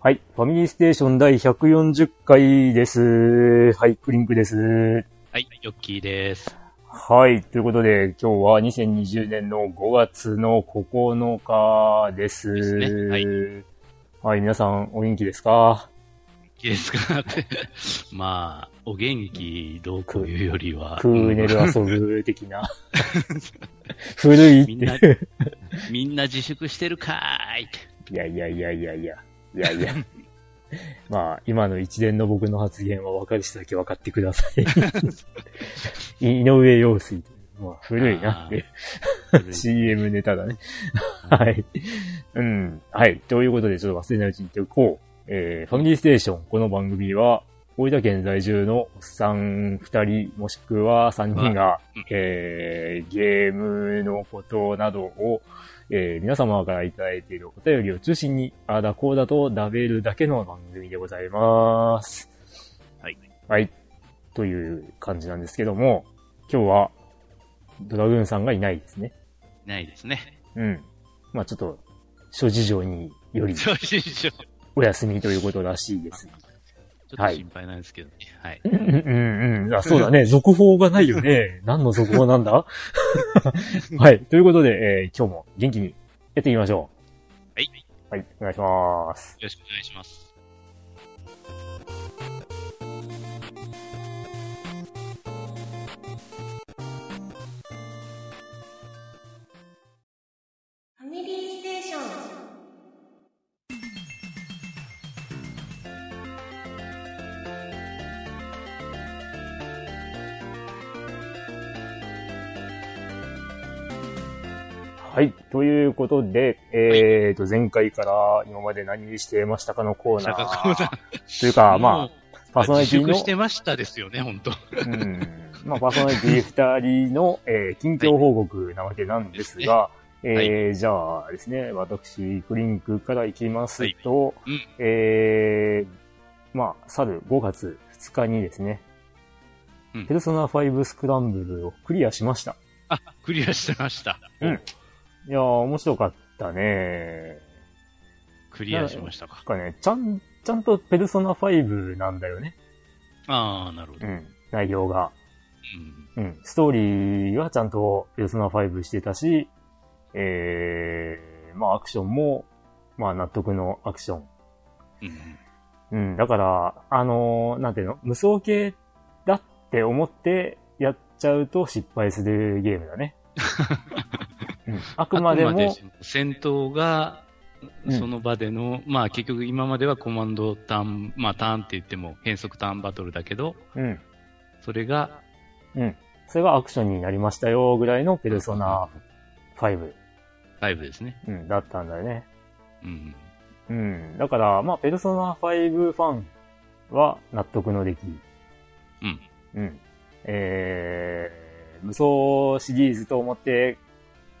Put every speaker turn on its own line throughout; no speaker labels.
はい。ファミリーステーション第140回です。はい、クリンクです。
はい、ヨッキーです。
はい。ということで、今日は2020年の5月の9日です。
ですねはい
はい、皆さんお元気ですか
いいですかって。 まあ、お元気どうこういうよりは。
クーネル
うん
遊ぶ的な。古いっ
みん な
て。、
みんな自粛してるかーいって。
いやいやいやいやいや。いやいや。まあ、今の一連の僕の発言は分かる人だけ分かってくださ い。井上陽水。まあ、古いなっていう。CM ネタだね。 はい。うん。はい。ということで、ちょっと忘れないうちに言っておこう。えー、ファミリーステーション。この番組は、大分県在住のおっさん二人、もしくは三人が
うん、
えー、ゲームのことなどを、えー、皆様からいただいているお便りを中心に、あーだこうだとダベるだけの番組でございます。
はい。
はい。という感じなんですけども、今日は、ドラグーンさんがいないですね。
ないですね。
うん。まあちょっと、諸事情により
そうしましょう
お休みということらしいです。
ちょっと心配なんですけどね。はい。
うんうんうん。あ、そうだね。続報がないよね。 何の続報なんだ はい。ということで、えー今日も元気にやっていきましょ
はい。よ
う。はい。お願いします。
ろしくお願いします。
ファミリーステーション。
はい。ということで、えーと、前回から今まで何してましたかのコーナ
坂
ー。
子さん。
というか、ま
もう
あ、パーソナリティ
自粛して
の、
ましたですよね、本当
うん、まあ、パーソナリティ二人の、えー近況報告なわけなんですが、えーじゃあですね、私、クリンクからいきますと、
いうん
えー、まあ、去る5月2日にですね、
うん
ペルソナ5スクランブルをクリアしました。
あ、クリアしてました。
いやー、面白かったね。
クリアしましたか
なん。かね、ちゃん、ちゃんとペルソナ5なんだよね。
ああ、なるほ
う
ど。
ん、内容が。
うん
うん、ストーリーはちゃんとペルソナ5してたし、えー、まあアクションも、まあ納得のアクション。
うん
うん、だから、あのーなんていうの、無双系だって思ってやっちゃうと失敗するゲームだ ね。うん、あくまで
あくまで
も
そ、の戦闘が、
うん
その場での、まあ結局今まではコマンドターン、まあターンって言っても変則ターンバトルだけど、
うん、
それが、
うん。それがアクションになりましたよぐらいのペルソナ5、
5ですね。
うん、だったんだよね。
うん。
うん。だから、まあ、ペルソナ5ファンは納得の出来。
うん。
うん。えー、無双シリーズと思って、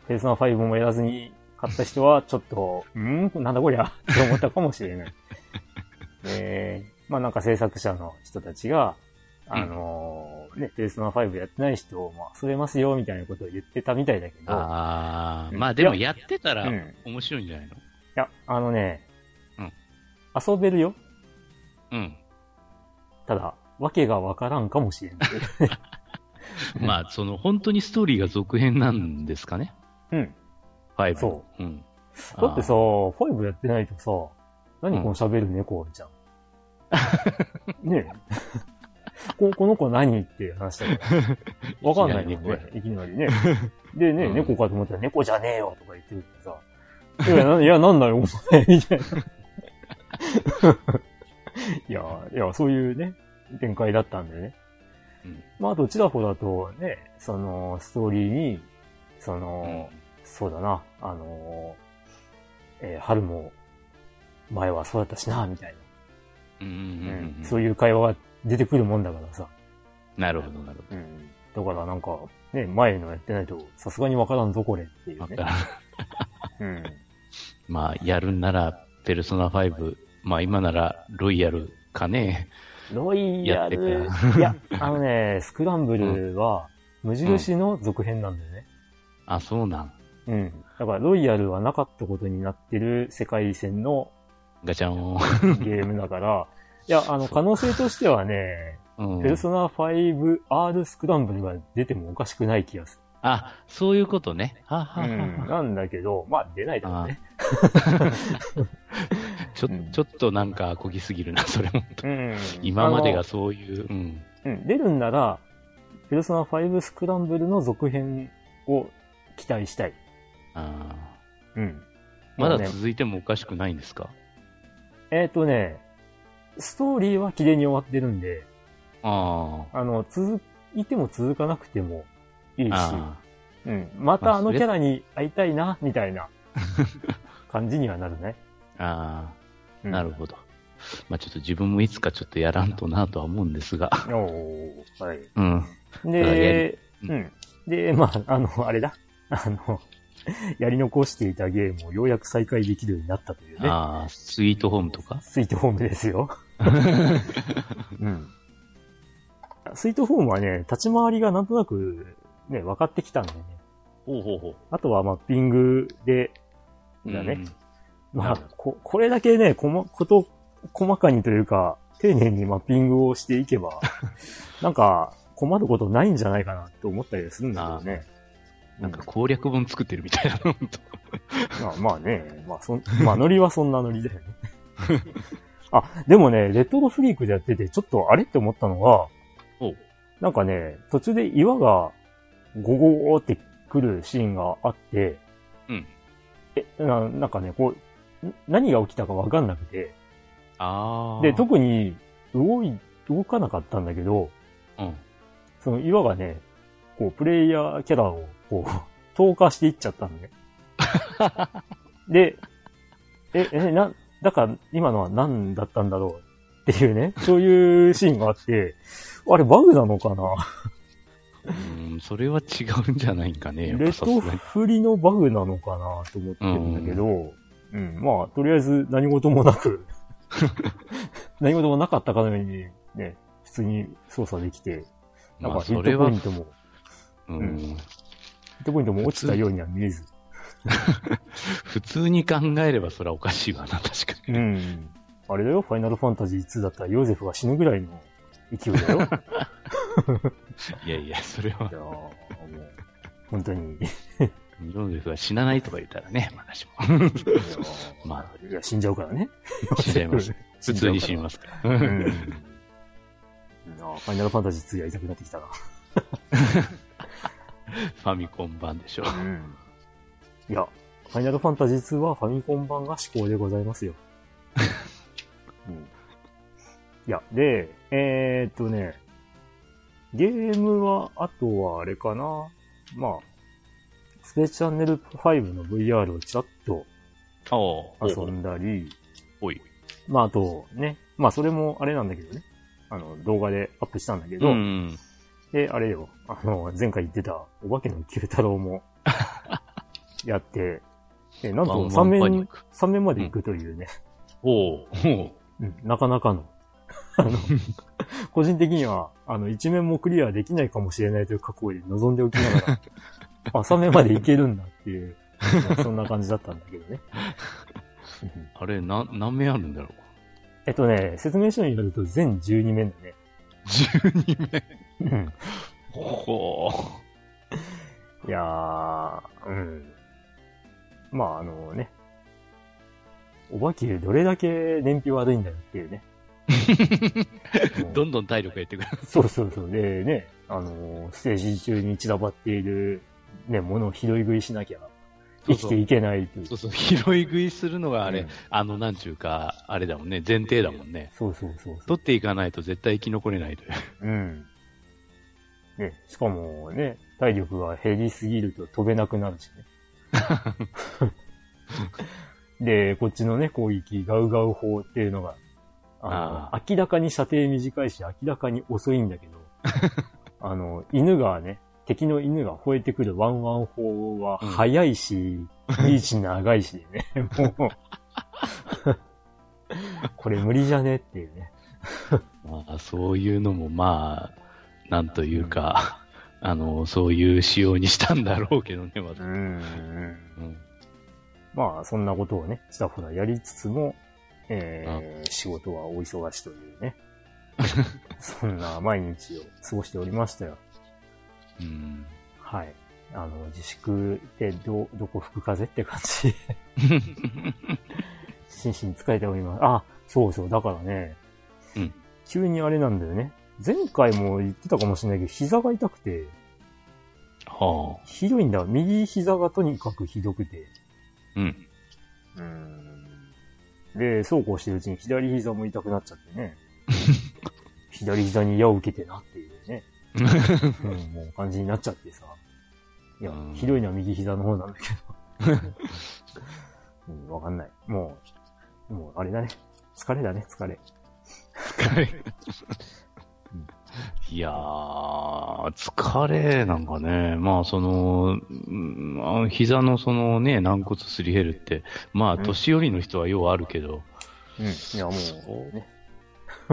ペルソナ5もやらずに買った人は、ちょっと、うんなんだこりゃって思ったかもしれ ない。えー、まあなんか制作者の人たちが、あのーね、ペルソナ5やってない人を、まあ、遊べますよ、みたいなことを言ってたみたいだけど、
ああ、
うん
まあでもやってた
う
ら
ん。
面白いんじゃないの
いや、あのね、
うん
遊べるよ。
うん。
ただ、わけがわからんかもしれない。うん
まあその本当にストーリーが続編なんですかね。
うん。
5。。
そう
うん。
だってさ、5やってないとさ、何この喋る猫じゃん。ねえ。ここの子何って話 だから。わかんないもんね。いきなりね。でね、
うん
猫かと思ったら猫じゃねえよとか言ってるってさ。いや、ないやなんだよ、お前、みたいな。いや、いや、そういうね、展開だったんだよね。
うん
まあ、あと、ちらほらとね、その、ストーリーに、その、
うん
そうだな、あのーえー春も前はそうだったしな、みたい
うんうん
な、
うんうん
そういう会話が出てくるもんだからさ。
なるほど、なるほど。
うんだからなんか、ね、前のやってないと、さすがにわからんぞこれっていうね。うん。
まあ、やるんなら、ペルソナ5、まあ今なら、ロイヤルかね。
ロイヤル
やっ、
いや、あのね、スクランブルは、無印の続編なんだよね。
あ、そうなん。
うん。だから、ロイヤルはなかったことになってる世界線の
ガチャンを。
ゲームだから、いや、あ の、可能性としてはね、
うん
ペルソナ 5R スクランブルが出てもおかしくない気がす
あ、そういうことね。は
る。
ははは
なんだけど、まあ、出ないだ ろうね。
ちょ
うん
ちょっとなんか、こぎすぎるな、それも。
うん
今までがそういう、うん。
うん、出るんなら、ペルソナ5スクランブルの続編を期待したい。
あー
うん。
ま
も
だ
うね、
続いてもおかしくないんですか
えっ、とね、ストーリーは綺麗に終わってるんで、
あ
あの、続いても続かなくてもいいし
あ。、あ
うん。ま
ま
た
あ
あ
そ
の
れ
キャラに会いたいな、みた いな感じにはなるね。
あ。あ
う
あ。
ん
なるほど。まあちょっと自分もいつかちょっとやらんとなとは思うんですが。
おーはい。
うん。あや
で、
り
う。
うん
で、まあ、あの、あれだ。あの、やり残していたゲームをようやく再開できるようになったというね。
ああ、スイートホームとか
スイートホームですよ。 うん。スイートホームはね、立ち回りがなんとなく、ね、分かってきたんでね。
ほうほうほ
あとはマッピングで、だね。。まあ、こ、これだけね、こま、こと、細かにというか、丁寧にマッピングをしていけ ば、なんか、困ることないんじゃないかなって思ったりするんだけどね。
なんか攻略本作ってるみたいな、本当
まあまあね、まあそん、まあノリはそんなノ リだよね。あ、でもね、レトロフリークでやってて、ちょっとあれって思ったのが
おう、
なんかね、途中で岩がゴゴゴーってくるシーンがあって、
うん
え、ななんかね、こう、ん何が起きたかわかんなくて、
ああ。
で、特に動い、動かなかったんだけど、
うん。
その岩がね、こう、プレイヤーキャラを、こう、 投下していっちゃったの ね。で、え、え、な、だから、今のは何だったんだろうっていうね、そういうシーンがあって、あれバグなのかな
うん、それは違うんじゃないかね。やっぱ
レ
さ
ト
すがに
フリのバグなのかなと思ってるんだけど、うん、まあ、とりあえず何事もな く、何事もなかったかのようにね、普通に操作できて、なんか
まあ、
ヒ
そ
ッ
れ
トポ
は
イン、トも、
う。
うんヒットポイントも落ちたようには見えず、
普通に考えればそれはおかしいわな、確か
う
に。
ん。あれだよ、ファイナルファンタジー2だったらヨーゼフが死ぬぐらいの勢い だよ。いや
いやいや、それは
ー、もう、本当に。いや
ヨーゼフが死なないとか言ったらね、私も。
ー
まあ、
いや、死んじゃうからね。
死んじゃいます。普通 に死に
す。
ますから。
うんあーファイナルファンタジー2やりたくなってきたな。
ファミコン版でしょ。
いや、ファイナルファンタジー2はファミコン版が至高でございますよ。うん、いや、で、えー、っとね、ゲームは、あとはあれかな。まあ、スペースチャンネル5の VR をちらっと
あお
遊んだり、
おい。
まあ、あとね、まあ、それもあれなんだけどね。あの、動画でアップしたんだけ
う
ど、
ん。
で、あれよ、あの、前回言ってた、お化けの九太郎 も、やって、で、なんと3
ワンワンパニッ
面
ク、
三面まで行くというね、
おうおう
うん、なかなかの、あの、個人的には、あの、一面もクリアできないかもしれないという覚悟で望んでおきなが ら、あ、3面まで行けるんだっていう、そんな感じだったんだけどね。うん
あれ、な、何面あるんだろう
えっとね、説明書によると全12面だね。
?12 面。
うん
ほ
いやー、うん。まあ、あのね。お化けどれだけ燃費悪いんだよっていうね。
う。 どんどん体力が減ってくる。
そうそうそう。でね、あのーステージ中に散らばっている、ね、ものを拾い食いしなきゃ生きていけないという。
そうそう、拾い食いするのがあれ、
うん
あの、なんちゅうか、あれだもんね、前提だもんね。
そうそうそうそう。
取っていかないと絶対生き残れないという。
うん。ね、しかもね、体力が減りすぎると飛べなくなるし ね。で、こっちのね、攻撃、ガウガウ砲っていうのが、あの
あ
明らかに射程短いし、明らかに遅いんだけど、あの、犬がね、敵の犬が吠えてくるワンワン砲は
うん
速いし、リーチ長いしでね、 もう、これ無理じゃねっていうね。
まあ、そういうのも、まあ、なんというか、あの、そういう仕様にしたんだろうけどね、まだ。うん
まあ、そんなことをね、ちらほらやりつつも、えー仕事はお忙しというね。 そんな毎日を過ごしておりましたよ。
うん。
はい。あの、自粛ってど、どこ吹く風って感 じ。心身疲れております。あ、そうそう、だからね。
うん
急にあれなんだよね。前回も言ってたかもしれないけど、膝が痛くて、
は あ。
ひどいんだ。右膝がとにかくひどくて。
うん。
で、そうこうしてるうちに左膝も痛くなっちゃって ね。左膝に矢を受けてなっていうね。うん、もう感じになっちゃってさ。いや
うん、
ひどいのは右膝の方なんだけど。 うん、わかんない。もう、もうあれだね。疲れだね、疲れ。
疲れ。いやー、疲れなんかね、まあその、うんあの膝のそのね、軟骨すり減るって、まあ
うん
年寄りの人はようあるけど、
うん、いや、も
そう
う、ね。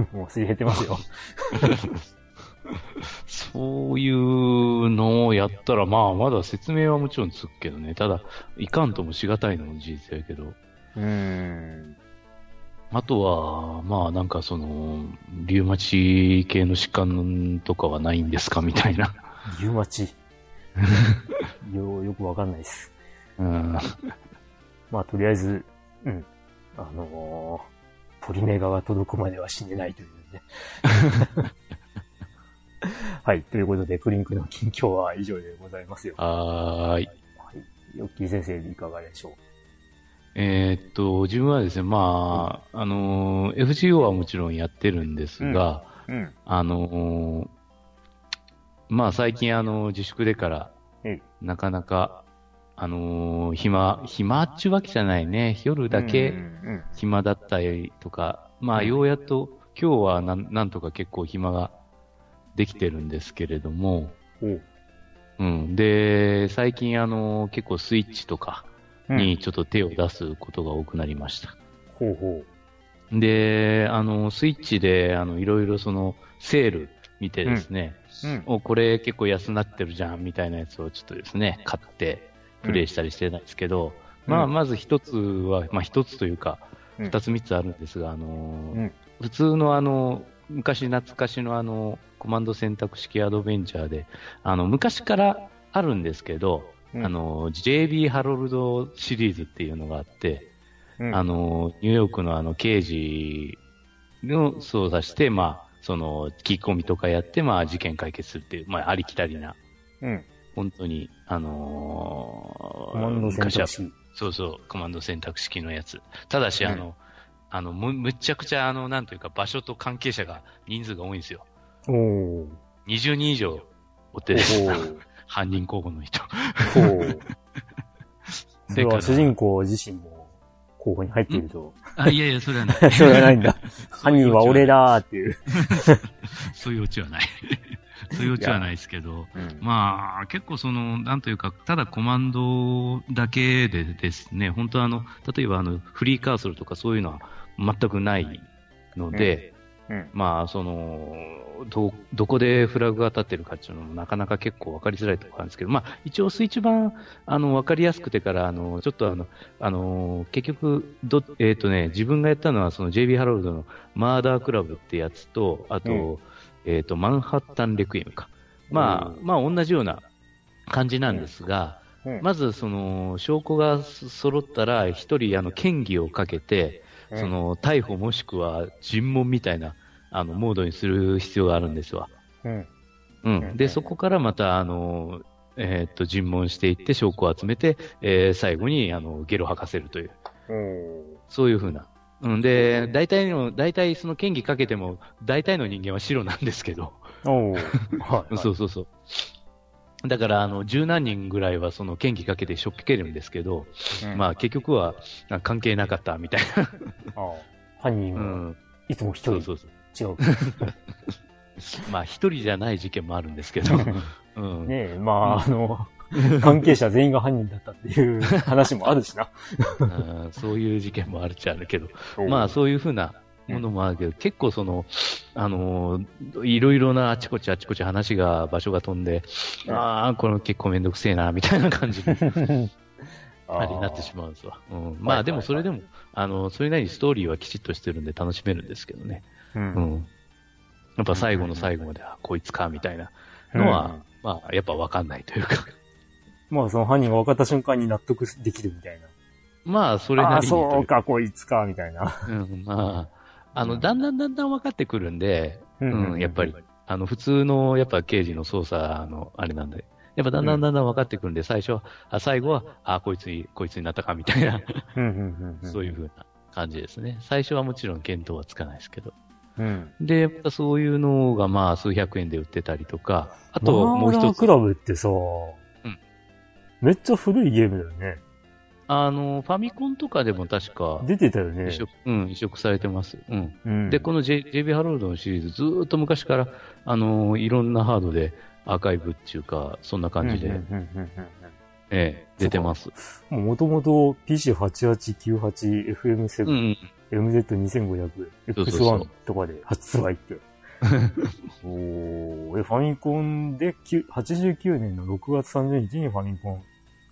もうすり減ってます よ。
そういうのをやったら、まあまだ説明はもちろんつくけどね、ただ、いかんともしがたいのも事実やけど、
うん。
あとは、まあなんかその、リウマチ系の疾患とかはないんですかみたいな。
夕待ち。よ、よくわかんないです。
うん
まあ、とりあえず、うん。あのーポリメガが届くまでは死ねないというね。 はい。ということで、クリンクの近況は以上でございますよ。は
はーい。
い。ヨッキー先生、いかがでしょ
えーっと、自分はですね、まあ、あのー、FGO はもちろんやってるんですが、
ううん。
あのー、まあ最近あの、自粛でから
え、
なかなか、あのー、暇、暇っちゅうわけじゃないね。夜だけ
うん。
暇だったりとか、まあ
うん
ようやっと、今日はなんなんとか結構暇ができてるんですけれども、
おう。
うん。で、最近あのー、結構スイッチとかにちょっと手を出すことが多くなりました。
ほうほ
で、あの、スイッチで、あの、いろいろその、セール見てですね、
う。うん。
お、これ結構安なってるじゃん、みたいなやつをちょっとですね、買って、プレイしたりしてないですけど、
うん
まあ、まず一つは、まあ一つというか、
うん
二つ三つあるんですが、あの
うん
普通のあの、昔懐かしのあの、コマンド選択式アドベンチャーで、あの、昔からあるんですけど、
うん
あの、JB ハロルドシリーズっていうのがあって、
うん、
あの、ニューヨークのあの、刑事の捜査して、まあ、その、聞き込みとかやって、まあ、事件解決するっていう、まあ、ありきたりな、
うん。
本当に、あのー
コマンド選択肢。
そうそう、コマンド選択式のやつ。ただし、あの、あの、む、むっちゃくちゃ、あの、なんというか、場所と関係者が、人数が多いんですよ。
おおう。
20人以上、おって
お
です
お
犯人候補の人。
ほう。それは
そ
主
れから
人公自身も候補に入っていると。
あ、いやいや、それはな い。
それはないんだ。犯人は俺だーっていう。
そういうオチはない。 そういうオチはないですけど。
うん
まあ、結構その、なんというか、ただコマンドだけでですね、本当あの、例えばあの、フリーカーソルとかそういうのは全くないので、
うん
まあ、その、ど、どこでフラグが立ってるかっていうのもなかなか結構分かりづらいところなんですけど、まあ、一応スイッチ版、あの、分かりやすくてから、あの、ちょっとあの、あの、結局、ど、えっ、とね、自分がやったのは、その JB ハロルドのマーダークラブってやつと、あと、
うん
えっ、と、マンハッタンレクイエムか。まあ、まあ、同じような感じなんですが、
うん
まず、その、証拠がそ揃ったら、一人、あの、嫌疑をかけて、
うん
その、逮捕もしくは尋問みたいな、あの、モードにする必要があるんですわ。
うん。
う
うん
ん。で、そこからまた、あの、えーっと、尋問していって、証拠を集めて、えー最後に、あの、ゲロ吐かせるという。
おー
そういうふうな。うんで、大体の、大体その嫌疑かけても、大体の人間は白なんですけど。
おーはいはい。
そうそうそう。だから、あの、十何人ぐらいは、その、嫌疑かけてしょっぴけるんですけど、まあ、結局は、なんか関係なかった、みたいな。
ああ。犯人
う
は
ん。
いつも一
そ
人
うそうそう。
違う。
まあ、一人じゃない事件もあるんですけど、うん
ね え、まあ、あの、関係者全員が犯人だったっていう話もあるしな。
うんそういう事件もあるっちゃあるけど、 まあ、そういうふうなものもあるけど、結構その、あのーいろいろなあちこちあちこち話が、場所が飛んで、ああ、この結構めんどくせえな、みたいな感じに
あ
あ
ー
れになってしまうんですわ。うん、
はいはい
ま
は
あ
い
でもそれでも、あの、それなりにストーリーはきちっとしてるんで楽しめるんですけどね。
う。
うんん。やっぱ最後の最後まで、あ、こいつか、みたいなのは、まあやっぱわかんないというか、
まあ、その犯人が分かった瞬間に納得できるみたいな。
まあそれな
あ
り
あ、
にという
そうか、こいつか、みたいな。
うん、まあ、あの、だんだんだんだん分かってくるんで、
う
うん、やっぱり。、あの、普通の、やっぱ刑事の捜査の、あれなんで、やっぱだんだんだんだん分かってくるんで、最初は、あ、最後は、あ、こいつに、こいつになったか、みたいな、
うん、うん、うん。
そういう風な感じですね。最初はもちろん見当はつかないですけど。
うん。
で、やっぱそういうのが、まあ、数百円で売ってたりとか、あ
あと、
と、も
も
う
う
一
一
つ
ク、ラブってさ、
ん
めっちゃ古いゲームだよね。
あの、ファミコンとかでも確か、
出てたよね
移。植、うん、移植されてます。うん。
うん
で、この J- JB ハロードのシリーズ、ずーっと昔から、あのーいろんなハードでアーカイブっていうか、そんな感じで、
うんうんうんうんうん
ええ出てます。
うんもともと PC8898、FM7、
うんうん、
MZ2500、
そうそうそう
X1 とかで発売っ て。おーえファミコンできゅ89年の6月30日にファミコ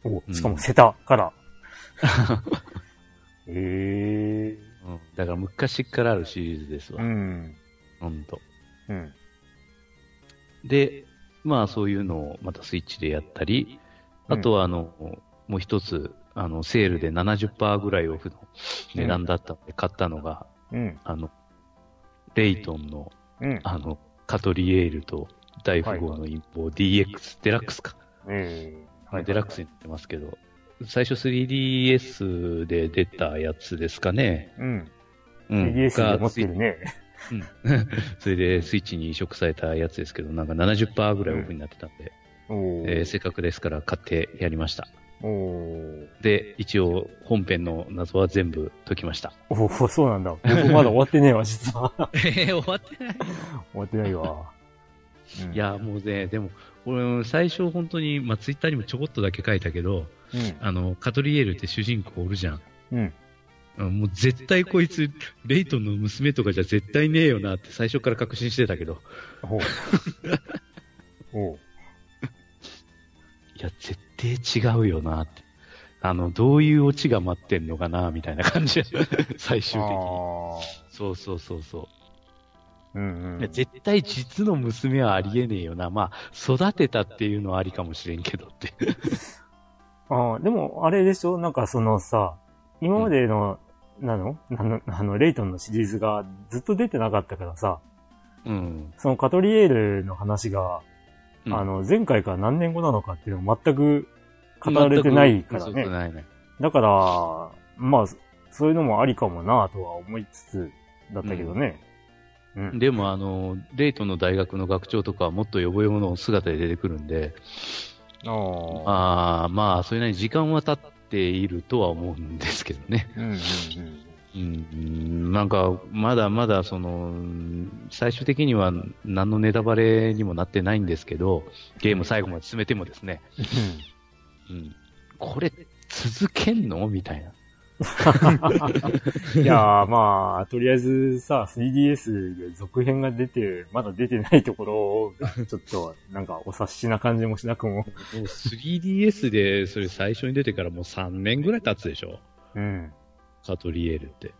ンを
う、ん
しかもセタ から。ええー。
うんだから昔からあるシリーズですわ、
ん。
ほんと。
うん。
で、まあそういうのをまたスイッチでやったり、あとはあの、もう一つ、あの、セールで70%ぐらいオフの値段だったので買ったのが、
うん。
あの、レイトンの、
うん。
あの、カトリエールと大富豪の陰謀 DX、デラックスか。
ええ
デラックスになってますけど、最初 3DS で出たやつですかね。
うん。
うん。
DS で持
が
っ
ス
て
イ
るね。
うんそれでスイッチに移植されたやつですけど、なんか70%ぐらいオフになってたんで、
おー
えーせっかくですから買ってやりました。
おー
で、一応本編の謎は全部解きました。
お ーそうなんだ。僕まだ終わってねえわ、実は。終
え終わってない
わってないわ。うん
い、や、もうね、でも、俺、最初本当に、まあ、ツイッターにもちょこっとだけ書いたけど、あの、カトリエールって主人公おるじゃん。
うん。うん。
うんもう絶対こいつ、レイトンの娘とかじゃ絶対ねえよなって最初から確信してたけど、
ほう。おう。
いや、絶対違うよなって。あの、どういうオチが待ってんのかな、みたいな感じ。最終的に。
あ
そうそうそうそ
ーうん
う。
う
い
ん。
や絶対実の娘はありえねえよな。まあ、育てたっていうのはありかもしれんけどって。
ああ、でも、あれでしょなんかそのさ、今までの、なのあの、あの、レイトンのシリーズがずっと出てなかったからさ、
うん。
そのカトリエールの話が、
うん
あの、前回から何年後なのかっていうのを全く語られてないから
全く
ね。
ないね。
だから、まあ、そそういうのもありかもなとは思いつつ、だったけどね。うん。
でも、あの、レイトンの大学の学長とかはもっとよぼよぼの姿で出てくるんで、
ああ。
あーまあ、それなりに時間は経っているとは思うんですけどね。
うんうんうん。
うん、なんか、まだまだ、その、うん最終的には何のネタバレにもなってないんですけど、ゲーム最後まで進めてもですね、うん、これ、続けんのみたいな。
いやー、まあ、とりあえずさ、3DS で続編が出て、まだ出てないところを、ちょっと、なんか、お察しな感じもしなくも。
3DS で、それ最初に出てからもう3年ぐらい経つでしょ
うん。
カトリエールって。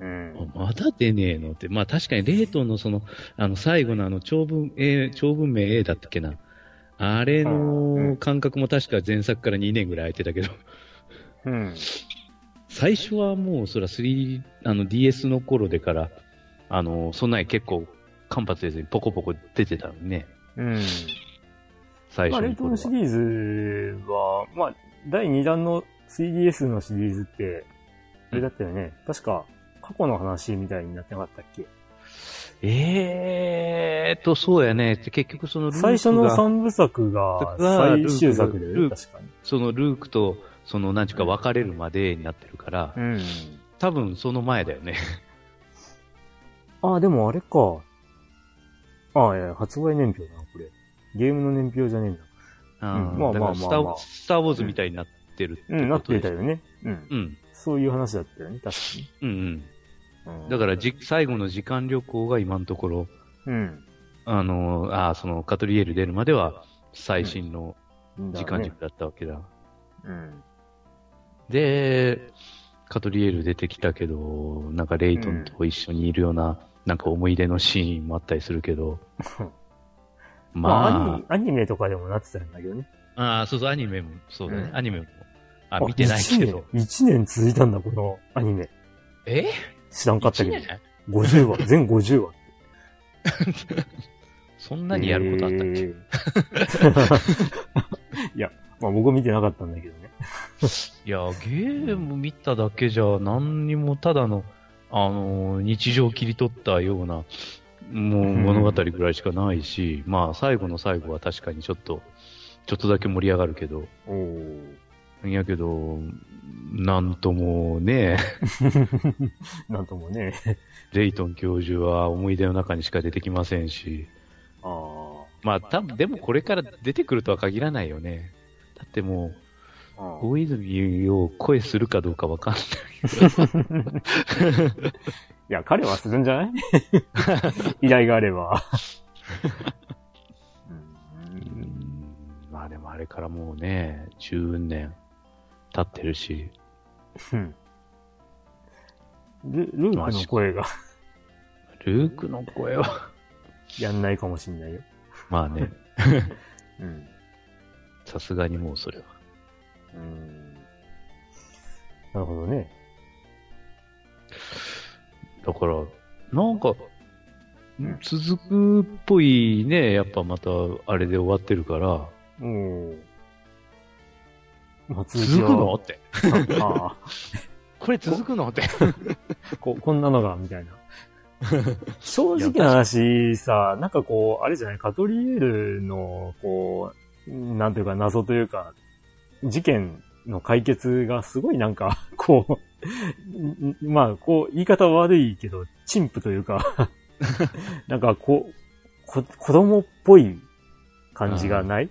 うん。
まだ出ねえのって。まあ確かにレイトンのその、あの最後のあの長文、A、長文名 A だったっけな。あれ
うんう
の
ん
感覚も確か前作から2年ぐらい空いてたけど、
うん。
最初はもうそら3、あの DS の頃でから、あの、そんなに結構間髪入れずにポコポコ出てたのにね、
うん。
最
まあ、
初
レ
の
イトン
頃
のシ
は。
リーズは、まあ、第2弾の 3DS のシリーズって、あれだったよね。確か、過去の話みたいになってなかったっけ
えーっと、そうやね。結局そのルークが
最初の3部作が最終作だよ
ルー
ね、
ク
確かに。
そのルークと、その何ちゅうか別れるまでになってるから、
うん。
多分その前だよね。
あ、でもあれか。ああ、いや、発売年表だな、これ。ゲームの年表じゃねえんだ。
あー
まあまあ
だからスター
まあまあ
スター・ウォーズみたいになってるってことで
う
す、
ん、なってたよね。うん。
うん。
そういう話だったよね、確
うん
かに。
うん。だから
じ、
じ、最後の時間旅行が今のところ、
うん。
あのー、あーそのカトリエル出るまでは最新の時
だ
間
ね
軸だったわけだ。
うん。
で、カトリエル出てきたけど、なんかレイトンと一緒にいるような、なんか思い出のシーンもあったりする けど、
まあ、ア
ま
ニメアニメとかでもなってたんだけどね。
あ、ああー、そうそう、アニメも、そうだね、
うん
アニメも。あ、見てないけど。
1年。一年続いたんだ、このアニメ。
え
知らんかったけど
一。年
50話、全50話。
そんなにやることあったっけ、
け いや、まあ僕は見てなかったんだけどね。
いや、ゲーム見ただけじゃ、何にもただの、あのー日常を切り取ったような、もう
うん
物語ぐらいしかないし、まあ、最後の最後は確かにちょっと、ちょっとだけ盛り上がるけど、
おー。
いやけど、なんともね、
なんともね。
レイトン教授は思い出の中にしか出てきませんし、
あー
まあ、多分でもこれから出てくるとは限らないよね。だっても
あ
う、
ー。
大泉を声するかどうかわかんない。
いや、彼はするんじゃない 依頼があれば。うん
まあでもあれからもうね、10年経ってるし、
うんルルークの声が
ルークの声は、
やんないかもしんないよ。
まあね、
うん。
さすがにもうそれは。
うんなるほどね。
だから、なんか
ん、
続くっぽいね、やっぱまたあれで終わってるから、
おー。まあ、続き
続くの
は
って。
あ
これ続くのって。
あこ、こんなのが、みた いな。正直な話さ、なんかこう、あれじゃない、カトリエルの、こう、なんていうか謎というか、事件の解決がすごいなんか、 こう、んまあ、こう、言い方悪いけど、陳腐というか、 なんかこう、こ、子供っぽい感じがない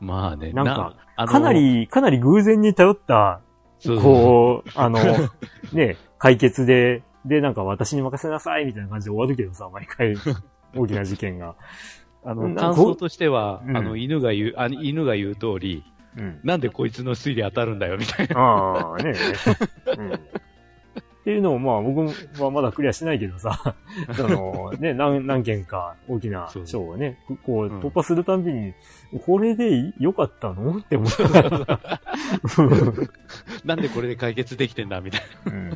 まあね、
なんか
あの
かな、り、かなり偶然に頼った、
そうそう
こう、 あの、ね、解決で、で、なんか私に任せなさいみたいな感じで終わるけどさ、毎回、大きな事件が。あ
そう
の、
感想としては、
うん
あの犬が言うあの、犬が言う通り、
うん。
なんでこいつの推理当たるんだよ、みたいな。
ああ、ね、うん。っていうのを、まあ、僕はまだクリアしないけどさ、その、ね、何、何件か大きな
そう
章をね、ここう、
うん
突破するたんびに、これで良かったのって思った。
なんでこれで解決できてんだ、みたい
うん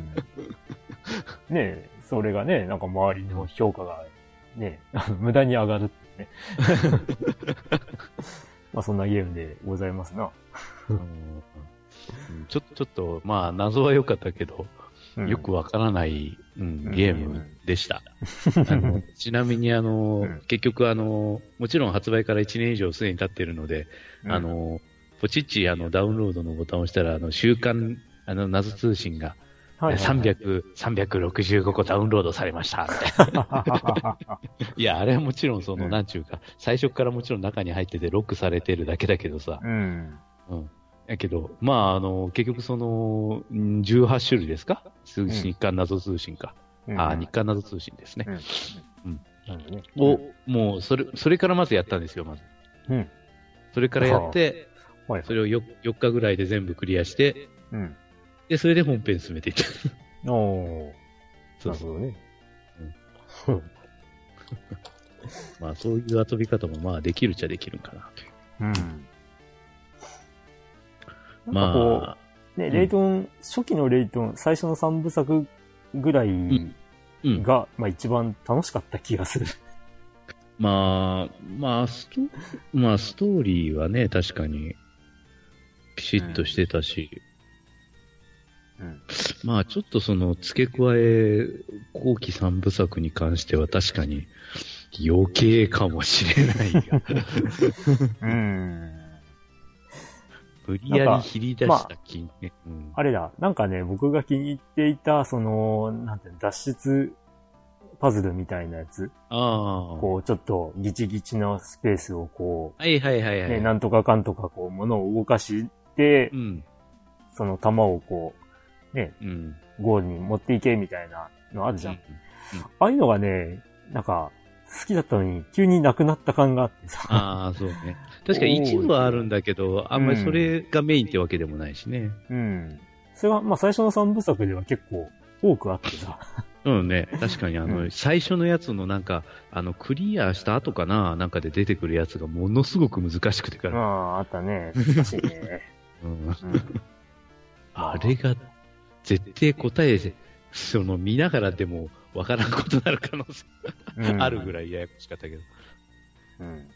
ねえ、それがね、なんか周りの評価がね、あの無駄に上がる ってね。まあそんなゲームでございますな。
な。うんちょちょっと、まあ、謎は良かったけど、
うん
よくわからない、うん
うん
ゲーム でした。あのちなみに、あの、
うん
結局、あの、もちろん発売から1年以上すでに経ってるので、あ、の、ポチッチ、あの、ダウンロードのボタンを押したら、あの、週刊、あの、謎通信が、
はいはいはい
300、365個ダウンロードされました、みたいな。いや、あれはもちろん、その、
うん
なんちゅうか、最初からもちろん中に入っててロックされてるだけだけど さ。
うん。
うん。やけど、まあ、あの、結局その、ん18種類ですか通信日刊謎通信か。あ、日刊謎通信ですね。
なるほどね
を、もう、それ、それからまずやったんですよ、まず。
うん。
それからやって、
はい
そ。れを 4, 4日ぐらいで全部クリアして、
うん。
で、それで本編進めていった。
おー
そう
なるほ
そう。
どね。
まあ、そういう遊び方も、まあ、できるっちゃできるんかな。
うん。なんかこう
まあ、
ね、
ん
レイトン、初期のレイトン、最初の3部作ぐらい
うん。
が、まあ一番楽しかった気がする。
まあ、まあ、スト、まあ、ストーリーはね、確かに、ピシッとしてたし、
うん。
まあちょっとその付け加え、後期三部作に関しては確かに余計かもしれない が、
うん。
無理やり切り出した金ね。
あれだ、なんかね、僕が気に入っていた、その、なんていうの脱出パズルみたいなやつ、
ああ。
こう、ちょっとギチギチなスペースをこ、
はいはいはいうはい。
ね、なんとかかんとかこう、物を動かして
う、ん。
その弾をこう、ね、
うん。
ゴールに持っていけみたいなのあるじゃん。
うん
ああいうのがね、なんか、好きだったのに、急になくなった感があって さ。
ああ、そうね。確かに一部はあるんだけど、あんまりそれがメインってわけでもないしね。
うん。それが、まあ最初の3部作では結構多くあってさ。
うんね、確かにあ
う
の、最初のやつのなんか、あの、クリアした後かな、なんかで出てくるやつがものすごく難しくてか
ま
ら、
あ、あったね。難しいね。
うん
うん
あれが、絶対答え、その、見ながらでも、わからんことになる可能性
うん
あるぐらいややこしかったけど。
うん。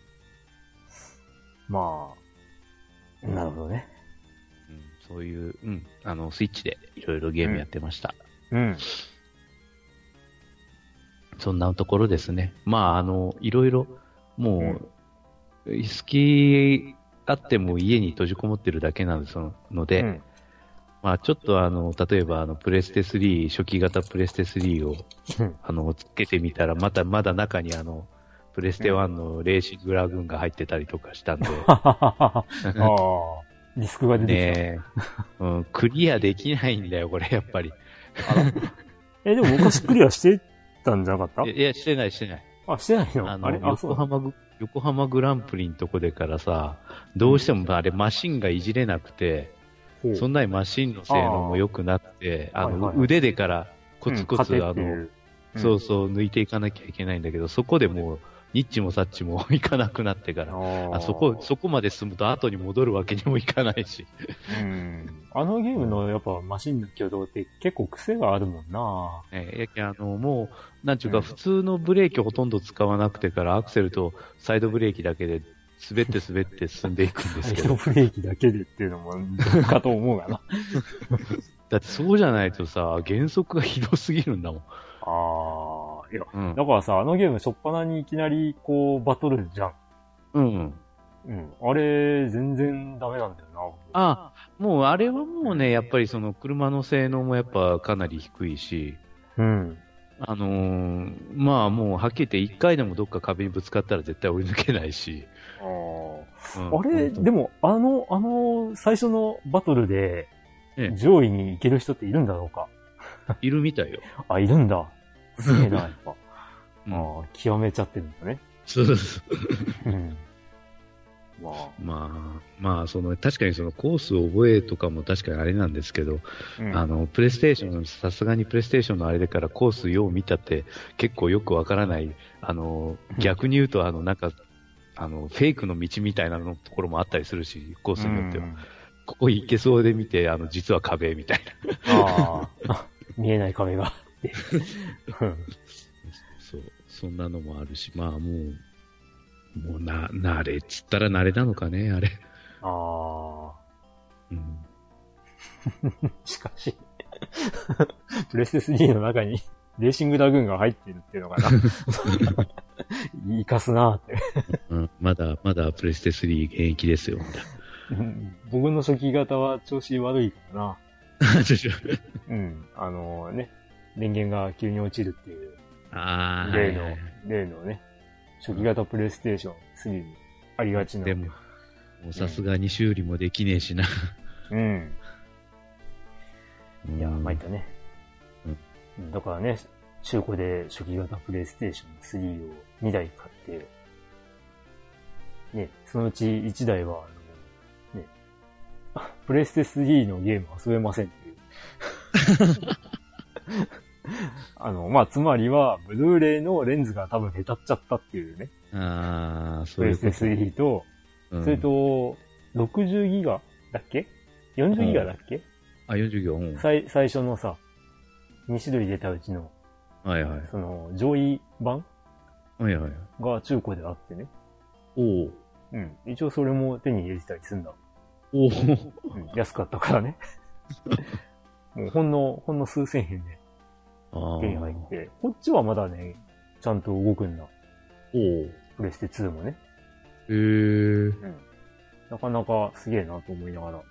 まあ、なるほどね。
うんそういう、うん、あの、スイッチでいろいろゲームやってました。
うん。
そんなところですね。まあ、あの、いろいろ、もう、好きあっても家に閉じこもってるだけなのそのので、
うん
まあ、ちょっとあの、例えばあの、プレステ3、初期型プレステ3を、
うん
あの、つけてみたら、まだまだ中にあの、プレステ1のレーシングラグーンが入ってたりとかしたん で、
ははははは。ああ、ディスクが出てきた。
ねえ、うん、クリアできないんだよ、これ、やっぱり。
え、でも昔クリアしてたんじゃなかっ
いや、してない、してない。
たあ、してないの
あ
あ
の
れあ、そ
横
う。
浜グ横浜グランプリのとこでからさ、どうしてもあれマシンがいじれなくて、
ほう
そんなにマシンの性能も良くなくて、
あー
あの、
はいはいはい
腕でからコツコツ、
うん
あ
勝てってい
の、
ううん
そうそう抜いていかなきゃいけないんだけど、そこでもう、ニッチもサッチもいかなくなってから、
あ
あそこ、そこまで進むと後に戻るわけにもいかないし。
うん。あのゲームのやっぱマシンの挙動って結構癖があるもんな
ええやけんあの、もう、なんちゅうか、
うん
普通のブレーキほとんど使わなくてから、アクセルとサイドブレーキだけで、滑って滑って進んでいくんで
サ
す
イ
け
ド
ど。
ブレーキだけでっていうのもどうかと思う がな。
だってそうじゃないとさ、原則がひどすぎるんだもん。
ああ、いや、
うん。
だからさ、あのゲーム初っ端にいきなりこうバトルじゃん。
うん、
うん。あれ、全然ダメなんだよな。
あ、もうあれはもうね、やっぱりその車の性能もやっぱかなり低いし、
うん。
あのーまあもうはっきり言って一回でもどっか壁にぶつかったら絶対追い抜けないし。うん
あれ、でも、あの、あの、最初のバトルで
ええ、
上位に行ける人っているんだろうか。
いるみたいよ。
あ、いるんだ。すげえ な、やっぱ。
うん
ああ、極めちゃってるんだね。
そうそうそ
う
う。
ん。まあ、
まあ、まあ、その、確かにそのコースを覚えとかも確かにあれなんですけど、
うん
あの、プレイステーション、さすがにプレイステーションのあれでからコースよう見たって結構よくわからない、あの、逆に言うと、あの、なんか、あの、フェイクの道みたいなのところもあったりするし、コースによっては。
うん
ここ行けそうで見て、あの、実は壁みたいな。
ああ、 見えない壁 が。ってうん
そう、そんなのもあるし、まあもう、もうな、慣れっつったら慣れなのかね、あれ。
あ
うん。
あ、しかし、プレステ3の中にレーシングラグーンが入ってるっていうのがな、生かすなーって。
うんまだ、まだプレステ3現役ですよ、ま だ。
うん僕の初期型は調子悪いからな。うん。あのね、電源が急に落ちるっていう、
ああ、は
例
いはい
の、例のね、初期型プレイステーション3にありがちな。
でも、もうさすがに修理もできねえしな。
うん。いや、
うん
参ったね。うん。だからね、中古で初期型プレイステーション3を2台買って、ね、そのうち1台は、あの、ね、 あプレイステ3のゲーム遊べませんっていう。 あの、まあ、つまりは、ブルーレイのレンズが多分下手っちゃったっていうね。
ああ、そ
プ
うい
レ
う
イス
こと
テ3と、
うん
それと、60ギガだっけ ?40 ギガだっけ、
あ、40行、うん。
最最初のさ、2種類出たうちの、
はいはい。
その、上位版
はいはい。
が中古であってね。
おお
うん。一応それも手に入れてたりすんだ。
お
う
お
ん。安かったから ね。もうほんの、ほんの数千円で
あ
手に入って。こっちはまだね、ちゃんと動くんだ。
おお
プレステ2もね。
へえ。
なかな かすげえなと思いながら。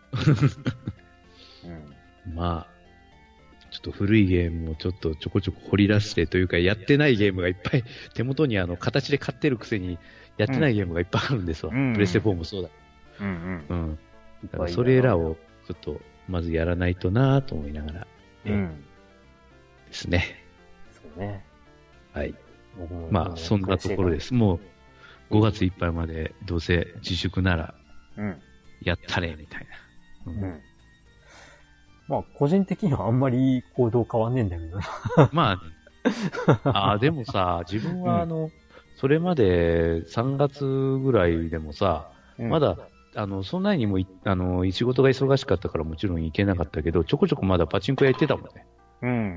うん。
まあ、ちょっと古いゲームをちょっとちょこちょこ掘り出してというか、やってないゲームがいっぱい手元にあの形で買ってるくせに、やってないゲームがいっぱいあるんですわ。
うん
プレステ4もそうだ。
うんうん。
うん。だからそれらをちょっとまずやらないとなぁと思いながら
うん。
ですね。
そうね。
はい。
僕も
まあそんなところで。す。もう5月いっぱいまでどうせ自粛なら
うん。
やったれみたいな。うん
うん。まあ、個人的にはあんまり行動変わんねえんだけどな。
まあ、ああ、でもさ、自分
うん
はあの、それまで3月ぐらいでもさ、まだ、あの、そんなにもい、あの、仕事が忙しかったからもちろん行けなかったけど、ちょこちょこまだパチンコ屋行ってたもんね。
うん。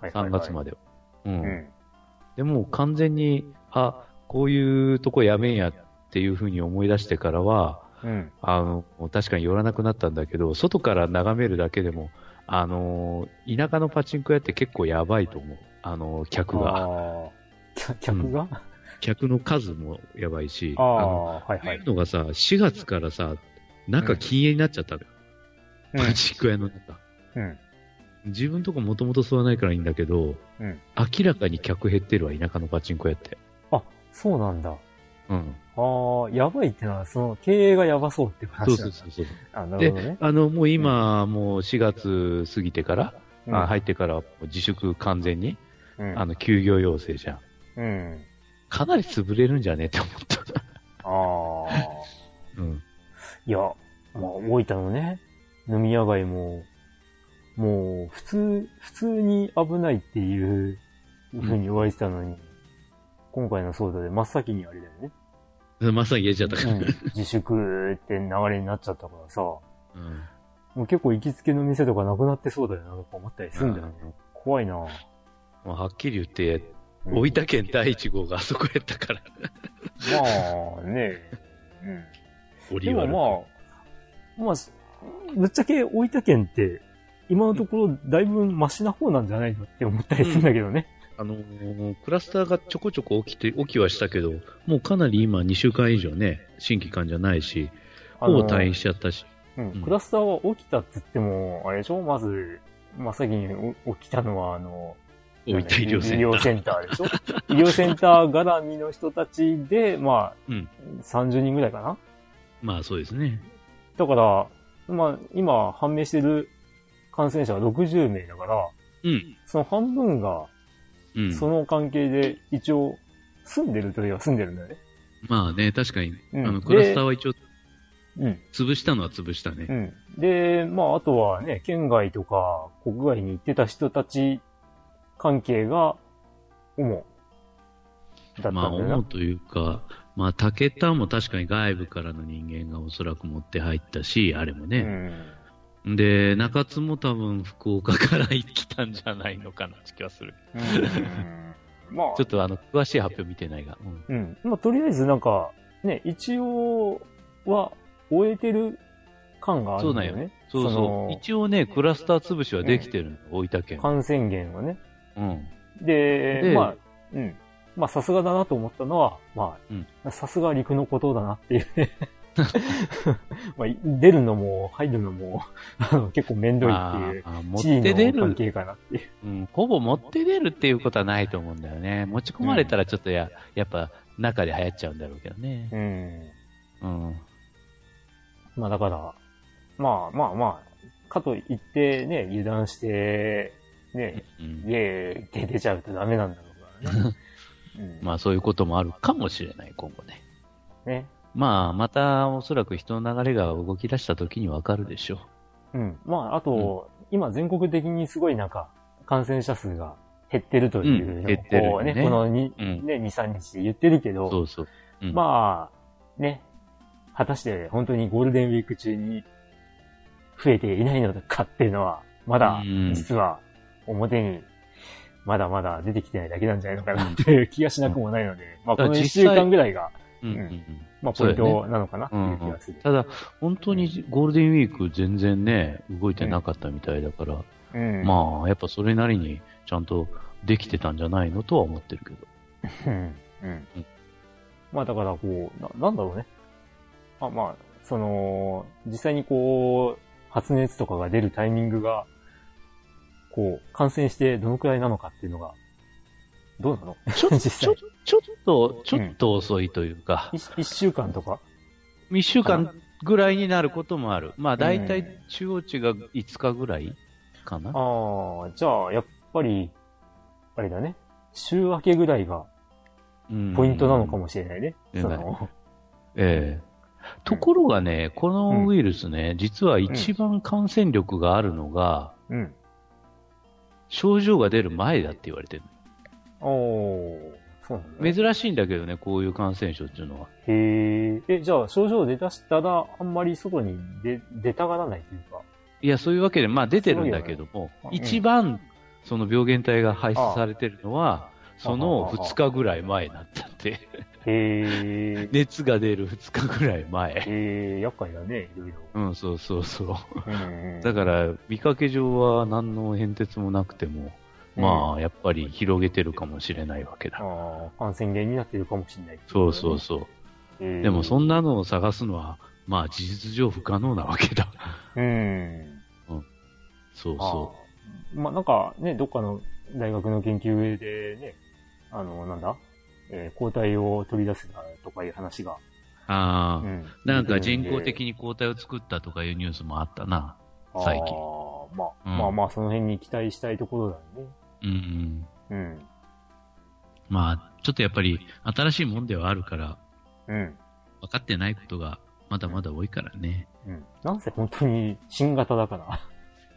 はいはいはい
3月までは。うん。
うん。
でも完全に、あ、こういうとこやめんやっていうふうに思い出してからは、
うん。
あの、確かに寄らなくなったんだけど、外から眺めるだけでも、あの、田舎のパチンコ屋って結構やばいと思う。あの、客が。
あー。客が
客の数もやばいし、
あ
あの
あ、はい
こう
はい
いう。のがさ、4月からさ、中禁煙になっちゃったのよ。パチンコ屋の中。
うん。
自分とこもともと吸わないからいいんだけど、
うん
明らかに客減ってるわ、田舎のパチンコ屋って。
あ、そうなんだ。
うん。
ああ、やばいってのは、その、経営がやばそうって話
そう
な
そ
ん
う
だ
そうそう。
あ、なる
で
ほどね、。
あの、もう今、もう4月過ぎてから、あ入ってから自粛完全に、
うん、
あの、休業要請じゃん。
うん。
かなり潰れるんじゃねって思った。
あ あ。
うん。
いや、まあ、大分のね、飲み屋街も、もう、普通、普通に危ないっていう、ふうに言われてたのに、今回の騒動で真っ先にあれだよね。
まさに言えちゃったから。
うん自粛って流れになっちゃったからさ、も
うん。
う結構行きつけの店とかなくなってそうだよな、とか思ったりするんだよね。怖いなぁ。
まあはっきり言って、
うん
大分県第一号があそこやったから、
まあ、ねうん。
オ
で
リワル。
もまあ、まあ、ぶっちゃけ大分県って、今のところだいぶマシな方なんじゃないのって思ったりするんだけどね。
あのークラスターがちょこちょこ起きて、起きはしたけど、もうかなり今2週間以上ね、新規患者ないし、
あの
ほぼ退院しちゃったし、
うん
うん
クラスターは起きたっつっても、あれでしょまず、真っ先にお起きたのは、あの、
大分医療セン
医療
ター。
センターでしょ 医療センター絡みの人たちで、まあ、
うん
30人ぐらいかな
まあそうですね。
だから、まあ、今判明してる感染者は60名だから、
うん。
その半分が、
うん。
その関係で一応、住んでるといえば住んでるんだよね。
まあね、確かに、
うん
あの、クラスターは一応、
うん。
潰したのは潰したね。
うん。で、まあ、あとはね、県外とか国外に行ってた人たち関係が、主だったんだ
まあ、
よ
主
な。
というか、まあ、竹田も確かに外部からの人間がおそらく持って入ったし、あれも
う
ね。
ん。
で、中津も多分福岡から来たんじゃないのかなって気がする。
うんまあ
ちょっ、とあの、詳しい発表見てないが。うん
うん。まあ、とりあえずなんか、ね、一応は終えてる感があるんだよね。
そう
の
そう。一応ね、クラスター潰しはできてるの、大分県。
感染源はね。
うん。
で、
で
まあ、うん。まあ、さすがだなと思ったのは、まあ、さすが陸のことだなっていうね。 まあ、出るのも入るのも、あの、結構面倒い
あ
っていう。
ーあー持っ
地
て出
位の関
る、
係かなっていう。
うん、ほぼ持って出るっていうことはないと思うんだよね。持ち込まれたらちょっとや、やっぱ中で流行っちゃうんだろうけどね。
うん。
うん。
まあ、だから、まあまあまあ、かといってね、油断して、ね、
うん、
家で出ちゃうとダメなんだろうから ね。うん、
まあそういうこともあるかもしれない、今後ね。
ね。
まあ、またおそらく人の流れが動き出した時にわかるでしょ
うん。まあ、あと、今全国的にすごいなんか、感染者数が減ってるというのを、
うん減ってる
こうね、
ね
このに、
う。うん。
ね、2、3日言ってるけど、
そうそう。うん
まあ、ね、果たして本当にゴールデンウィーク中に増えていないのかっていうのは、まだ
う、ん
実は表に、まだまだ出てきてないだけなんじゃないのかなっていう気がしなくもないので、まあ、こ
だか
の
ら
1
実
週
際
間ぐらいが、
うんうんう
うん
ん
まあ、ポイントなのかなっていう気がする。
ただ、本当にゴールデンウィーク全然ね、動いてなかったみたいだから、
うん
まあ、やっぱそれなりにちゃんとできてたんじゃないのとは思ってるけど。
うん。うん。まあだからこう、ななんだろうね。あまあ、その、実際にこう、発熱とかが出るタイミングが、こう、感染してどのくらいなのかっていうのが、どうなの
ち ょ
実
ち
際。
ょちょっと、ちょっと遅いというか、
一一週間とか
1週間ぐらいになることもある。まあ、大
う
体
ん
中央値が5日ぐらいかな。
ああ、じゃあ、やっぱり、あれだね。週明けぐらいが
うん
ポイントなのかもしれないね。
うん
その、
ええところがね、このウイルスね、実は一番感染力があるのが、
うん。
症状が出る前だって言われてる。
おお、そうなんだ。
珍しいんだけどね、こういう感染症っていうのは。
へえ。え、じゃあ、症状出だしたら、あんまり外に出、出たがらないというか。
いや、そういうわけで、まあ出てるんだけども、
そうよね
一番その病原体が排出されてるのは、そ
あ
の
あああ
2日ぐらい前なんだって。
へえ。
熱が出る2日ぐらい前。
へえ、厄介だね、いろいろ。
うん、そうそうそう。
うんうん
だから、見かけ上は何の変哲もなくても、まあ、やっぱり広げてるかもしれないわけだ。
ああ、感染源になってるかもしれない、
そうそうそう。
う
でも、そん
な。
なのを探すのは、まあ、事実上不可能なわ けだ。
うん。
そう
ああ
そ
まあ、なんかね、どっかの大学の研究でね、あの、なんだ、えー抗体を取り出すだとかいう話が。
う。あ
う
あ、
ん
なんか人工的に抗体を作ったとかいうニュースもあったな。最近。
ああまあ、
うん
まあまあ、その辺に期待したいところだよね。
うんうん。
うん。
まあ、ちょっとやっぱり新しいもんではあるから、
うん。
分かってないことがまだまだ多いからね。
うん。なんせ本当に新型だから。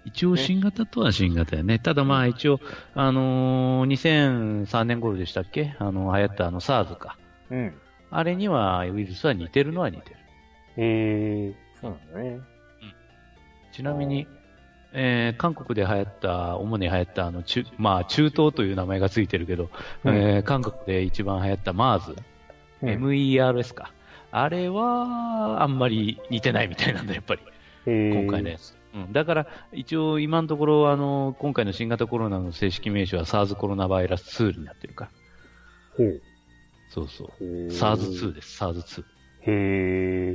一応新型とは新型やね。ただまあ一応、あのー2003年頃でしたっけあの、流行ったあの SARS か。
うん。
あれにはウイルスは似てるのは似てる。
ええそうなんだね。
ちなみに、えー韓国で流行った、主に流行ったあの中、まあ、中東という名前がついてるけど、
うん
えー韓国で一番流行った MERS、
うん、
MERS か。あれは、あんまり似てないみたいなんだ、やっぱり、
ええ
今回のやつ。うん、だから、一応、今のところ、あの、今回の新型コロナの正式名称は SARS コロナバイラス2になってるから。
ほう。
そうそう。
へー
SARS2 です、SARS2。
へ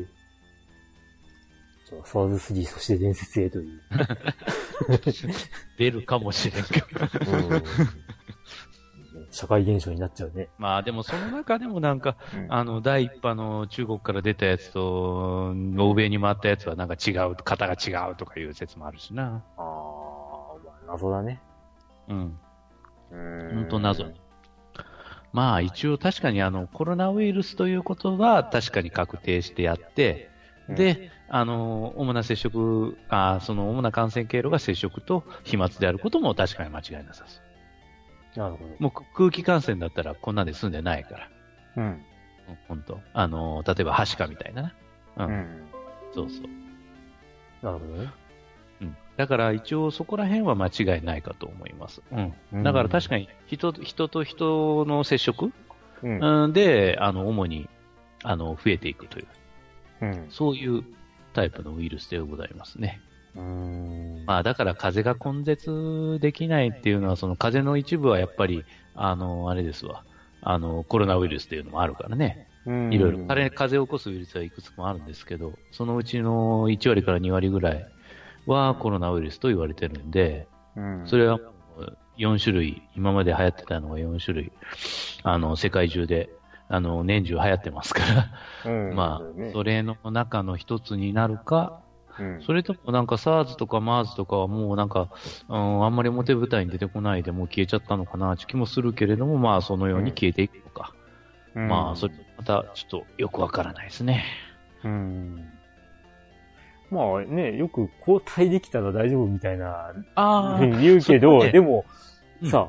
え。じゃあ、サーズ3、そして伝説へという。
出るかもしれんけ ど。
社会現象になっちゃうね。
まあ、でも、その中でもなんか、あの、第一波の中国から出たやつと、欧米に回ったやつはなんか違う、型が違うとかいう説もあるしな。
あー、まあ、謎だね。
うん。
うん
本当謎。まあ一応確かにあの、コロナウイルスということは確かに確定してやって、で、あの、主な接触、あその主な感染経路が接触と飛沫であることも確かに間違いなさそう。
なるほ
もう空気感染だったらこんなんで済んでないから。
ど。うん。
うん本当あの、例えば、はしかみたいなな。う
うんん。
そうそう。
なるほどね。
うんだから一応そこら辺は間違いないかと思います。う、
うんん
だから確かに人と人と人の接触、
うん。
うん、で、あの、主に、あの、増えていくという、
うん。
そういうタイプのウイルスでございますね。
うん。
まあだから風邪が根絶できないっていうのは、その風邪の一部はやっぱり、あの、あれですわ。あの、コロナウイルスっていうのもあるからね。いろいろ。あれ、風邪を起こすウイルスはいくつもあるんですけど、そのうちの1割から2割ぐらいはコロナウイルスと言われてるんで、
うん。
それはもう4種類、今まで流行ってたのが4種類、あの、世界中で、あの、年中流行ってますから、
うん、
まあ、それの中の一つになるか、
れ、うん、
それともなんか SARS とか MERS とかはもうなんか、うん、あんまり表舞台に出てこないでもう消えちゃったのかな、ち気もするけれども、まあ、そのように消えていくのか。
うん
まあ、それ、また、ちょっとよくわからないですね。
うん。まあね、よく交代できたら大丈夫みたいな
あ
ふうに言うけ
そ
ど、
こね
でも、
うん
さ、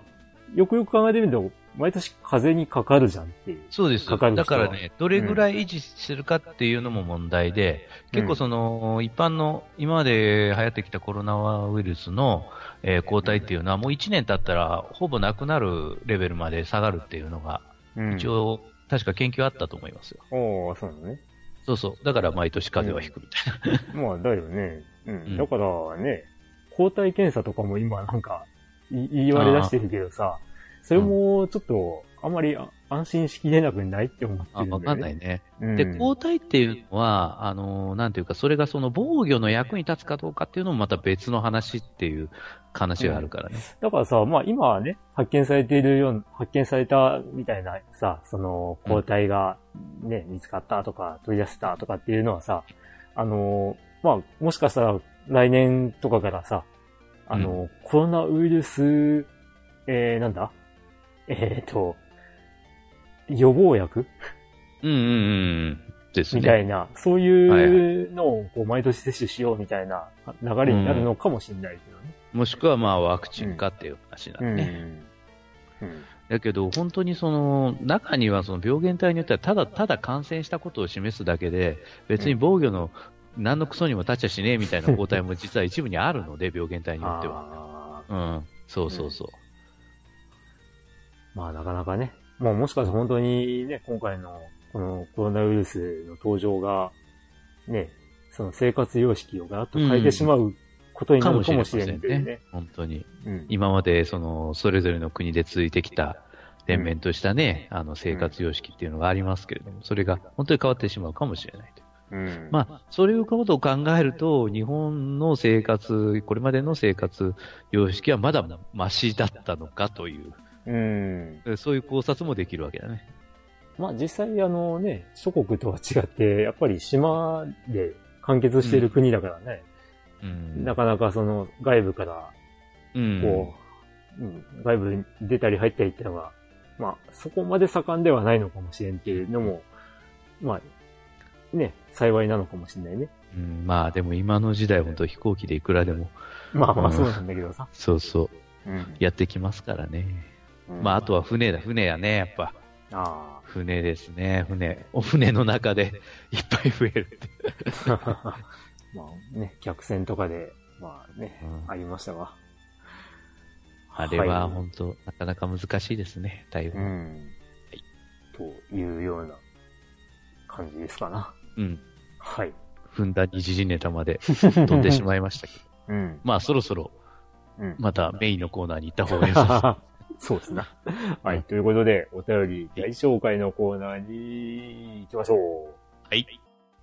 よくよく考えてみると、毎年風邪にかかるじゃんっていう。
そうです。
かかる人
だ
は
からね、どれぐらい維持するかっていうのも問題で、
うん
結構その、一般の、今まで流行ってきたコロナウイルスの、えー抗体っていうのは、もう1年経ったら、ほぼなくなるレベルまで下がるっていうのが、
うん
一。応、確か研究あったと思いますよ。
おーそうなのね。
そうそう。だから毎年風邪はひくみたいな。
まあ、だよね。うん。
うん
だからね、抗体検査とかも今なんか、い言い割れ出してるけどさ、それもちょっと、あんまりあ安心しきれなくないって思って
あ
るんだよ、ね。
わかんないね。
うん。
で、交代っていうのは、あの、なんていうか、それがその防御の役に立つかどうかっていうのもまた別の話っていう話があるからね。
だからさ、まあ今はね、発見されているような、発見されたみたいなさ、その、
うん
抗体がね、見つかったとか、取り出したとかっていうのはさ、あのー、まあもしかしたら来年とかからさ、あのー、コロナウイルス、えー、なんだえーと、予防薬
うん、うん、うんうん。です
みた
ね。
いな、そういうのをこう毎年接種しようみたいな流れになるのかもしれないけどね。
もしくはまあワクチンかっていう話だ
う
ね。
ん。うん
だけど、本当にその中にはその病原体によってはただただ感染したことを示すだけで別に防御の何のクソにも立ちゃしねえみたいな抗体も実は一部にあるので病原体によっては。
あー
うん、そうそうそう。
まあなかなかね、もうもしかして本当にね、今回のこのコロナウイルスの登場が、ね、その生活様式をガラッと変えてしまうことになるかもしれない
かもしれません
ね。
本当に
うん
今までそのそれぞれの国で続いてきた連綿としたね、あの生活様式っていうのがありますけれども、それが本当に変わってしまうかもしれないと。
うん
まあ、そういうことを考えると、日本の生活、これまでの生活様式はまだマシだったのかとい
うん。
う、そういう考察もできるわけだね。
まあ実際あのね、諸国とは違って、やっぱり島で完結している国だからね、
うん。
なかなかその外部から
うん
こう、うん外部に出たり入ったりってのが、まあ、そこまで盛んではないのかもしれんっていうのも、まあ、ね、幸いなのかもしれないね。
うんまあ、でも今の時代、本当飛行機でいくらでも、
まあま
う
あ、
ん
そうなんだけどさ。
そうそう、
うん
やってきますからね。まあ、あとは船だ、船やね、やっぱ。
あ
船ですね、船。お船の中でいっぱい増えるって。
あ。まあね、客船とかで、まあね、
うん
ありましたわ。
あれはい本当、なかなか難しいですね、対応。
うん。というような感じですかな。
うん。
はい。
踏んだ二次ネタまで飛んでしまいましたけ
う
ど。
ん。
まあそろそろ
うん。
またメインのコーナーに行った方がいい です。は
そうですな。はい。ということで、お便り大紹介のコーナーに行きましょう。
い。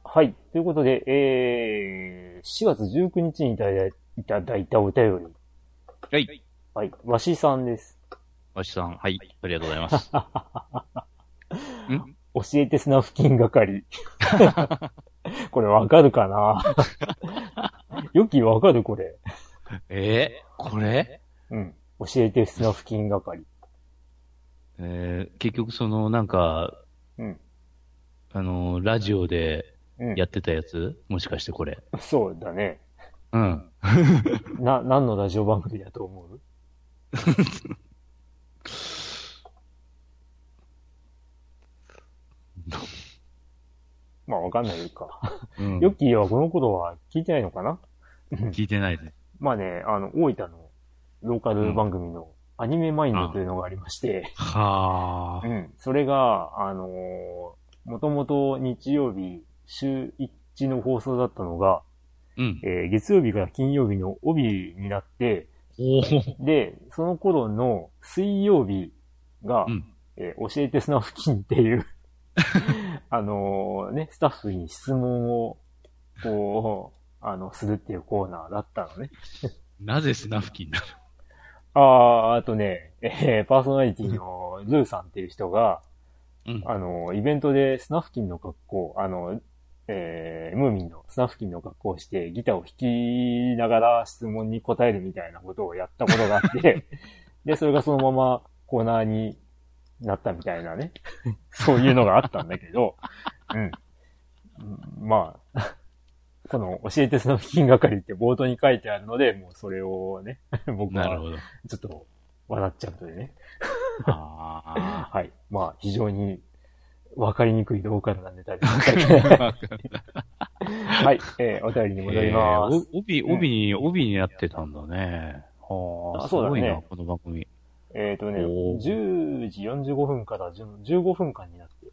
はい。ということで、えー、4月19日にいただいいただいたお便り。
はい。
はい。わしさんです。
わしさん、はい。ありがとうございます。ん
教えてスナフキン 係。これわかるかなよきわかるこれ。
えー、これ
うん。教えてスナフキン係。
えー、結局そのなんか、
うん。
あのー、ラジオで
うん。
やってたやつもしかしてこれ。
そうだね。
うん。
な、何のラジオ番組だと思う まあわかんないか。
うん、
ヨッキーはこの頃は聞いてないのかな
聞いてないね。
まあね、あの、大分のローカル番組のアニメマインドというのがありまして、
は
う
あ。
ん。それが、あのー、もともと日曜日、週1の放送だったのが、
うん。
えー月曜日から金曜日の帯になって、
おー
で、その頃の水曜日が、
うん。
えー教えてスナフキンっていう、 あのーね、スタッフに質問を、こう、あの、するっていうコーナーだったのね。
なぜスナフキンな
あー、あとね、えーパーソナリティのルーさんっていう人が、
うん
あの、イベントでスナフキンの格好、あの、えームーミンのスナフキンの格好をしてギターを弾きながら質問に答えるみたいなことをやったことがあ って、で、それがそのままコーナーになったみたいな ね、そういうのがあったんだけど、うん。まあ、この教えてスナフキン係って冒頭に書いてあるので、もうそれをね、 僕
のな
は
るほど。
ちょっと笑っちゃうというね。
あ
はい。まあ、非常に分かりにくいローカルなネタで
あ。
す。はい。えーお便りに戻ります。
えーお帯、帯に、帯になってたんだね。はあ、
あ
す
そうだ
ご
ね
いな、この番組。
えっ、とね、
おー
10時45分から10 15分間になって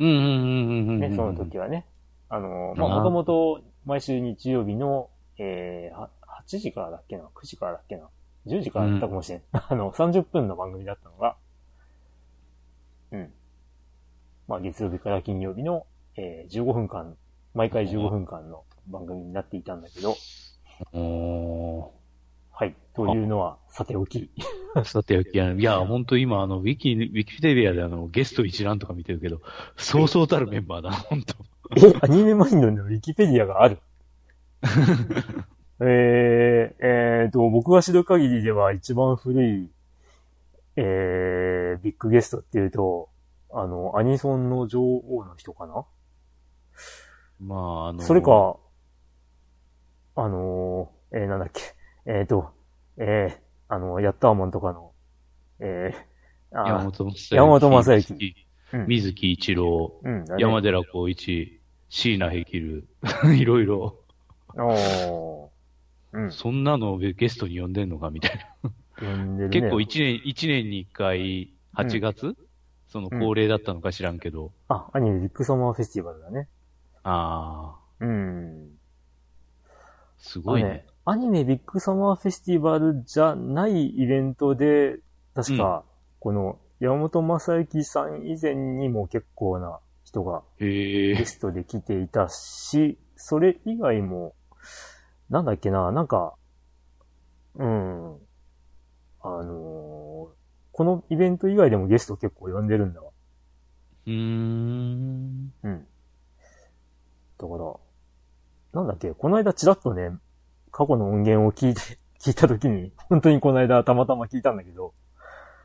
うんうんうんうんうん。
ね、その時はね。あのー、まあ、も
あー
ともと毎週日曜日の、えーは8時からだっけな、9時からだっけな、10時からだったかもしれん。あの、30分の番組だったのが、うん。まあ、月曜日から金曜日の、えー15分間、毎回15分間の番組になっていたんだけど、
お
はい。というのは、さておき。
ーさておき、あのいや、本当今、あの、ウィキ、ウィキペディアであの、ゲスト一覧とか見てるけど、そうそうたるメンバーだな、本当
え、アニメマインドのウィキペディアがある えー、えーと、僕が知る限りでは一番古い、えー、ビッグゲストっていうと、あの、アニソンの女王の人かな
まあ、あの、
それ。か、あのー、えー、なんだっけ、えーと、えー、あの、ヤッターマンとかの、えー、あー
山本正
山本正幸。うん
水木一郎、
うん、だね
山寺宏一、椎名ヘキル、 いろいろ。
おーうん、
そんなのをゲストに呼んでんのかみたい
呼んで
な。
るね
結構一年、一年に一回、8月、その恒例だったのか知らんけど。
あ、アニメビッグサマーフェスティバルだね。
あ
うん。
あ、すごいね。
あの。アニメビッグサマーフェスティバルじゃないイベントで、確か、この山本正幸さん以前にも結構な人が
へ
ゲ
え。
ストで来ていたし、それ以外も、なんだっけな、なんか、うん。あのーこのイベント以外でもゲスト結構呼んでるんだわ。
うーん。
うん。だから、なんだっけ、この間チラッとね、過去の音源を聞いて、 聞いたときに、本当にこの間たまたま聞いたんだけど、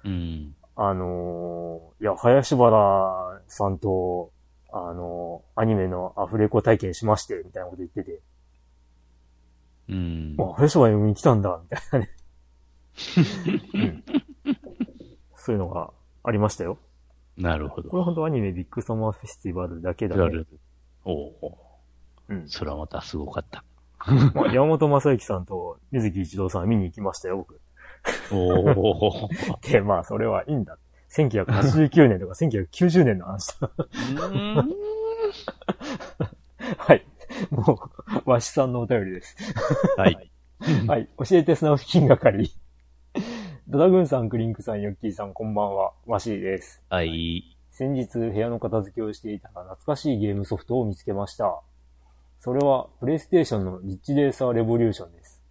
うん。
あのーいや、林原さんと、あのーアニメのアフレコ体験しまして、みたいなこと言ってて、
うん。
あ、林原読みに来たんだ、みたい なね、うん。そういうのがありましたよ。
なるほ
こ
ど。
れ本当アニメビッグサマーフェスティバルだけだ
な
ね
る。おお。
うん。
それはまたすごかった。
まあ山本正幸さんと水木一郎さん見に行きましたよ、僕。
おお。
で、まあ、それはいいんだ。1989年とか1990年の話だ。 はい。もう、わしさんのお便りです。
はい。
はい。教えて砂付近係。ドラグンさん、クリンクさん、ヨッキーさん、こんばんは。わしです。
はい。
先日、部屋の片付けをしていたら懐かしいゲームソフトを見つけました。それは、プレイステーションのリッチレーサーレボリューションです。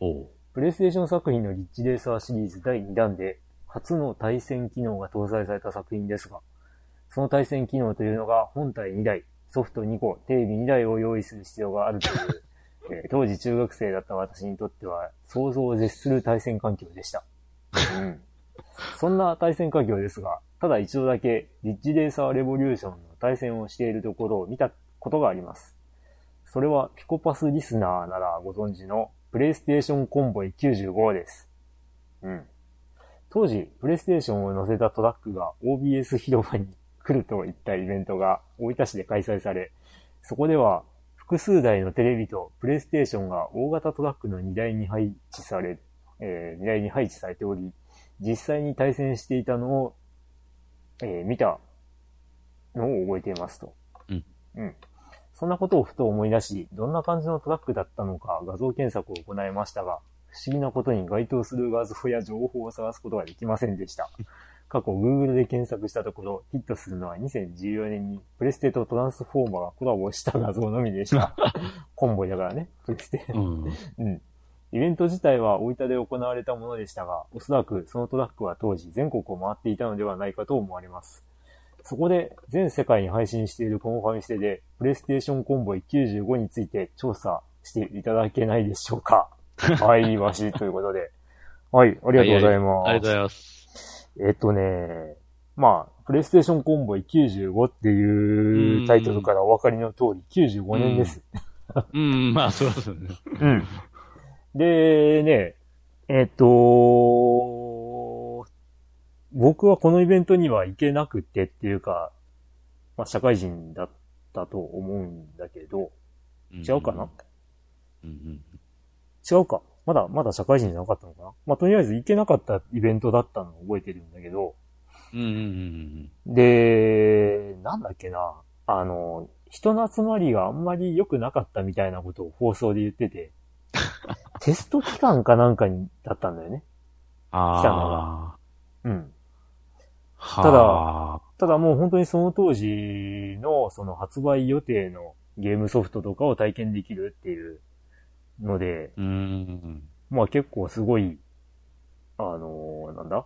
おう。
プレイステーション作品のリッチレーサーシリーズ第2弾で、初の対戦機能が搭載された作品ですが、その対戦機能というのが本体2台、ソフト2個、テレビ2台を用意する必要があるという、えー当時中学生だった私にとっては想像を絶する対戦環境でした。うん、そんな対戦環境ですが、ただ一度だけリッチレーサーレボリューションの対戦をしているところを見たことがあります。それはピコパスリスナーならご存知のプレイステーションコンボイ95です。うん。当時、プレイステーションを乗せたトラックが OBS 広場に来るといったイベントが大分市で開催され、そこでは複数台のテレビとプレイステーションが大型トラックの荷台に配置され、えー荷台に配置されており、実際に対戦していたのを、えー見たのを覚えていますと。
うん。
うん。そんなことをふと思い出し、どんな感じのトラックだったのか画像検索を行いましたが、不思議なことに該当する画像や情報を探すことができませんで した。過去 Google で検索したところ、ヒットするのは2014年にプレステとトランスフォーマーがコラボした画像のみで した。コンボイだからね、プレステ。
うん。
うん。イベント自体は大分で行われたものでしたが、おそらくそのトラックは当時全国を回っていたのではないかと思われます。そこで全世界に配信しているこのファミステで、プレイステーションコンボイ95について調査していただけないでしょう か。はい、わし、ということで。はい、ありがとうございます。
ありがとうございます。
えっとね、まあ、プレイステーションコンボイ95っていうタイトルからお分かりの通り、95年です。
うん、まあ、そうですね。
うん。で、ね、えっと、僕はこのイベントには行けなくてっていうか、まあ、社会人だったと思うんだけど、違うかな、
うん
違うか。まだ、まだ社会人じゃなかったのかなまあ、とりあえず行けなかったイベントだったのを覚えてるんだけど、
うん。うんうん
で、なんだっけな、あの、人の集まりがあんまり良くなかったみたいなことを放送で言って て、テスト期間かなんかにだったんだよね。
あ
来たのがうん。ただ
は
ただもう本当にその当時のその発売予定のゲームソフトとかを体験できるっていうので、
あ。うーん。
まあ結構すごい、あのーなんだ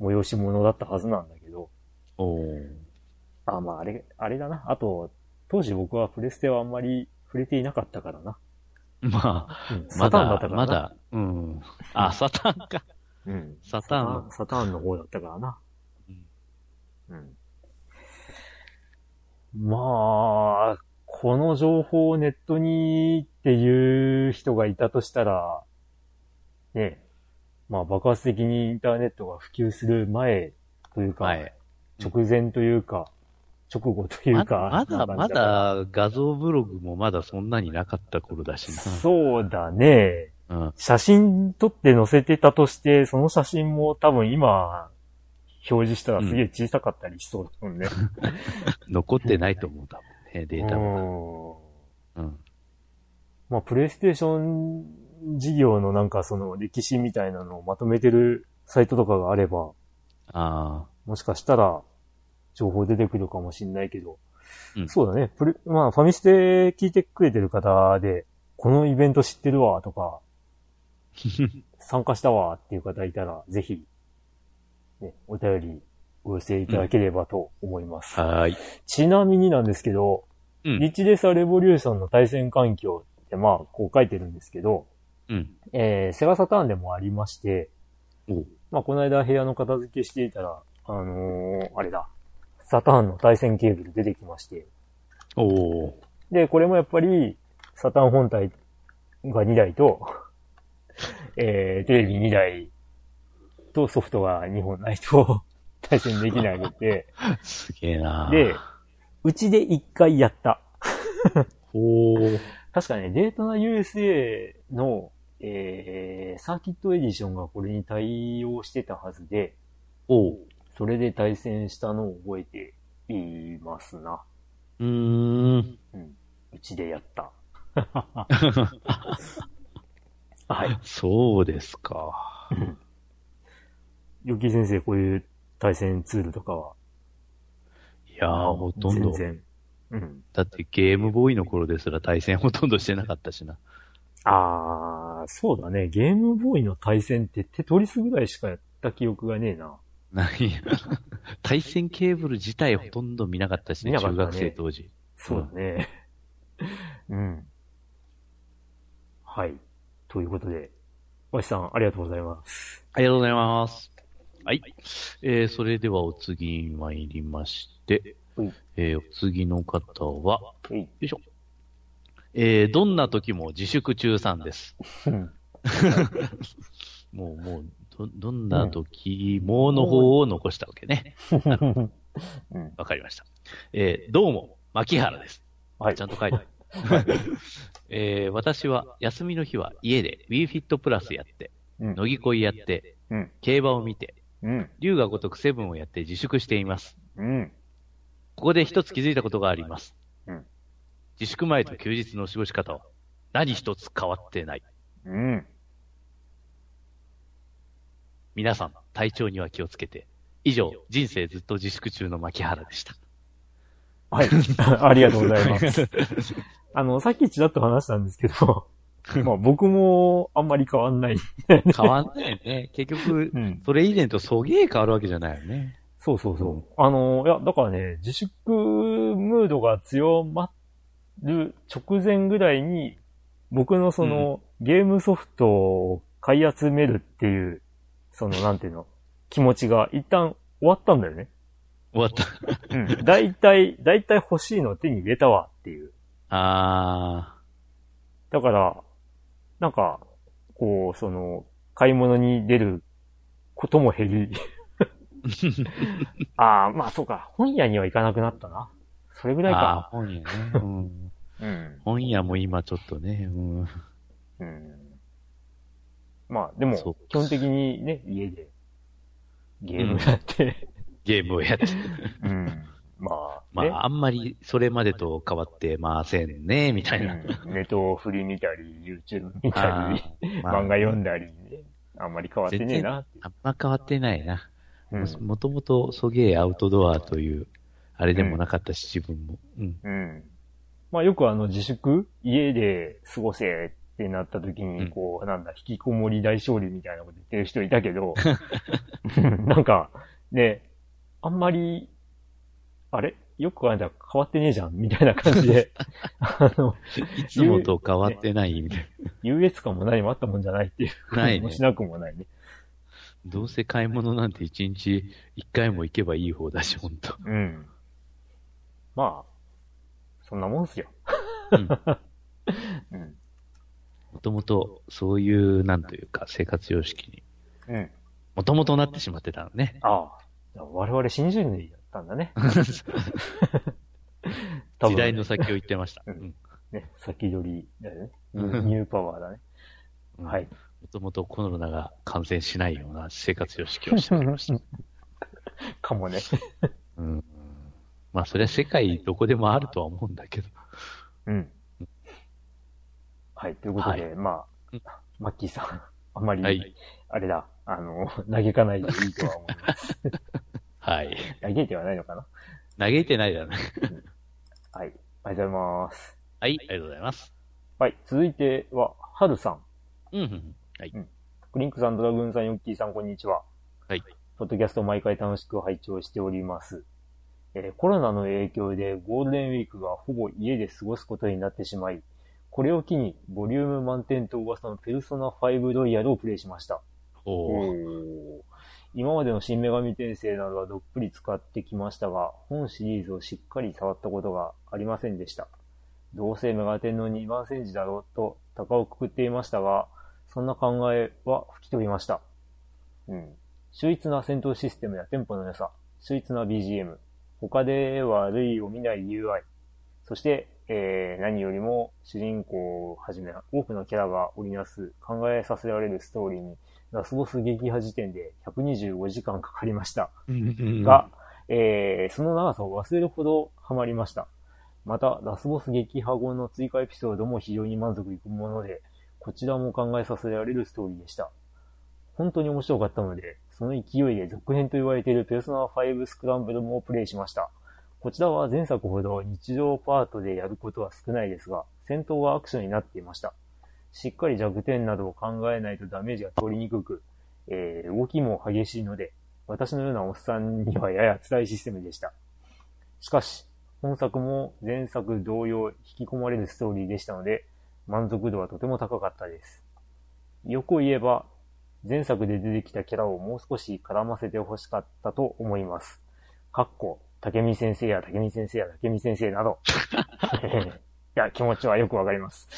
催し物だったはずなんだけど、
おー
あ、まああれ、あれだな。あと、当時僕はプレステはあんまり触れていなかったからな。
まあ、
うん、
ま
サターンだった
だ、
からな。
まだ、うん。あ、サターンか。
うん。
サターン
サターンの方だったからな。うん。まあ、この情報をネットにっていう人がいたとしたら、ね、まあ爆発的にインターネットが普及する前というか、
はい。
直前というか、直後という
ま
か、な
まだ、
んか
まだ画像ブログもまだそんなになかった頃だし
そうだね。
な。うん。
写真撮って載せてたとして、その写真も多分今、表示したらすげえ小さかったりしそうだもんね。
残ってないと思う、多分 ね、データも。
うん
うん。
まあ、プレイステーション事業のなんかその歴史みたいなのをまとめてるサイトとかがあれば、
あ
もしかしたら情報出てくるかもしんないけど、
うん
そうだね。プレまあ、ファミステ聞いてくれてる方で、このイベント知ってるわと か、参加したわっていう方いたら、ぜひ、ね、お便りお寄せいただければと思います。
あ。はーい。
ちなみになんですけど、
うん
リッチレーサーレボリューションの対戦環境ってまあ、こう書いてるんですけど、
うん。
えーセガサターンでもありまして、
おう
まあ、この間部屋の片付けしていたら、あのーあれだ、サターンの対戦ケーブル出てきまして、
おー
で、これもやっぱり、サターン本体が2台と、えー、テレビ2台とソフトが2本ないと 対戦できないので、
すげえな
で、うちで1回やった。
おー
確かね、デートな USA の、えー、サーキットエディションがこれに対応してたはずで、
おう
それで対戦したのを覚えていますな。
うーん。
うちでや った。はい。
そうですか。
ヨッキー先生、こういう対戦ツールとかは。
いやー、ほとんど
全。然。うん。
だってゲームボーイの頃ですら対戦ほとんどしてなかったしな。
あー、そうだね。ゲームボーイの対戦ってテトリスぐらいしかやった記憶がねえな。
ないや。対戦ケーブル自体ほとんど見なかったしね、
見なかっ
中
たね
学生当時。
そうだね。うん。はい。ということで、わしさん、ありがとうございます。
ありがとうございます。はい。えー、それではお次に参りまして
はい、
えー、お次の方は、よ
はい。
いしょ。えー、どんな時も自粛中さんです。もう、もう、ど、どんな時もの方を残したわけね。
うん。
わかりました。えーどうも、牧原です。
はい
ちゃんと書いてある。えー私は休みの日は家で WeFit プラスやって、
うん
乃木恋やって、
うん。
競馬を見て、
うん。
龍が如くセブンをやって自粛しています。
うん。
ここで一つ気づいたことがあります。
うん
自粛前と休日の過ごし方は何一つ変わってない。
うん。
皆さん、体調には気をつけて。以上、人生ずっと自粛中の牧原でした。
はい。ありがとうございます。
す。
あの、さっきちらっと話したんですけど、まあ僕もあんまり変わんない。
変わんないよね。結局、
うん。
それ以前とそげえ変わるわけじゃないよね。
そうそうそう。あの、いや、だからね、自粛ムードが強まる直前ぐらいに、僕のその、ゲームソフトを買い集めるっていう、その、なんていうの、気持ちが一旦終わったんだよね。
終わった。
うん。だいたい、だいたい欲しいの手に入れたわっていう。
あ
だから、なんか、こう、その、買い物に出ることも減 り。ああ、まあそうか。本屋には行かなくなったな。それぐ
ー。
らい
あ
か。
ー本屋ね、うん。
うん。
本屋も今ちょっとね、うん、
うん。まあでも
そう、
基本的にね、家でゲームや って。
ゲームをやって。
うん。まあ、
ま
ね、
あ、あんまりそれまでと変わってませんね、みたいな。
うんネットを振り見たり、YouTube 見た
あ
り、
ーまあ
漫画読んだりね、あんまり変わってねえな。
あんま変わってないな。
うん。
もともとソゲーアウトドアという、あれでもなかったし、自分も。 うん。
うん。まあよくあの自粛家で過ごせってなった時に、こう、なんだ、引きこもり大勝利みたいなこと言ってる人いたけ ど、なんか、ね、あんまり、あれよく考えたら変わってねえじゃんみたいな感じ で、あの、
いつもと変わってないみたい
優越感も何もあったもんじゃないっていう
な。な
感じ
いね
も。しなくもないね。
どうせ買い物なんて一日一回も行けばいい方だし、本当。
うん。まあ、そんなもんっすよ。
うん
うん。
もともとそういう、なんというか、生活様式に、
うん。
もともとなってしまってたのね。
ああ。我々新人類だったんだね。多分
時代の先を言ってました。
う
うんん
ね、先取りだよね。ニ
う
ュー
ん
ニューパワーだね。は。 い。
もともとコロナが感染しないような生活様式をしておりました。
かもね。
うんまあ、それは世界どこでもあるとは思うんだけど。
うん。はい。ということで、
は
ま
うん
あ、マッキーさん、あまり、
はい。
あれだ、あの、 嘆かないでいいとは思います。
はい。
嘆いてはないのかな
嘆いてないだね。
はい。ありがとうございます。
はい、ありがとうございます。
はい。続いては、ハルさん。
うんうん。はい。
クリンクさん、ドラグーンさん、ヨッキーさん、こんにちは。
はい。
ポッドキャストを毎回楽しく拝聴しております。えーコロナの影響でゴールデンウィークがほぼ家で過ごすことになってしまい、これを機にボリューム満点と噂のペルソナ5ロイヤルをプレイしました。
おー。
今までの新女神転生などはどっぷり使ってきましたが、本シリーズをしっかり触ったことがありませんでした。どうせメガテンの2番戦時だろうと、高をくくっていましたが、そんな考えは吹き飛びました。うん。秀逸な戦闘システムやテンポの良さ、秀逸な BGM、他では類を見ない UI、そして、えー何よりも主人公をはじめ多くのキャラが織りなす考えさせられるストーリーにラスボス撃破時点で125時間かかりました。が、えーその長さを忘れるほどハマりました。また、ラスボス撃破後の追加エピソードも非常に満足いくもので、こちらも考えさせられるストーリーでした。本当に面白かったので、その勢いで続編と言われているペルソナ5スクランブルもプレイしました。こちらは前作ほど日常パートでやることは少ないですが、戦闘はアクションになっていました。しっかり弱点などを考えないとダメージが取りにくく、えー動きも激しいので、私のようなおっさんにはやや辛いシステムでした。しかし、本作も前作同様引き込まれるストーリーでしたので、満足度はとても高かったです。欲を言えば、前作で出てきたキャラをもう少し絡ませてほしかったと思います。かっこ、竹見先生や竹見先生や竹見先生な ど。 いや、気持ちはよくわかります。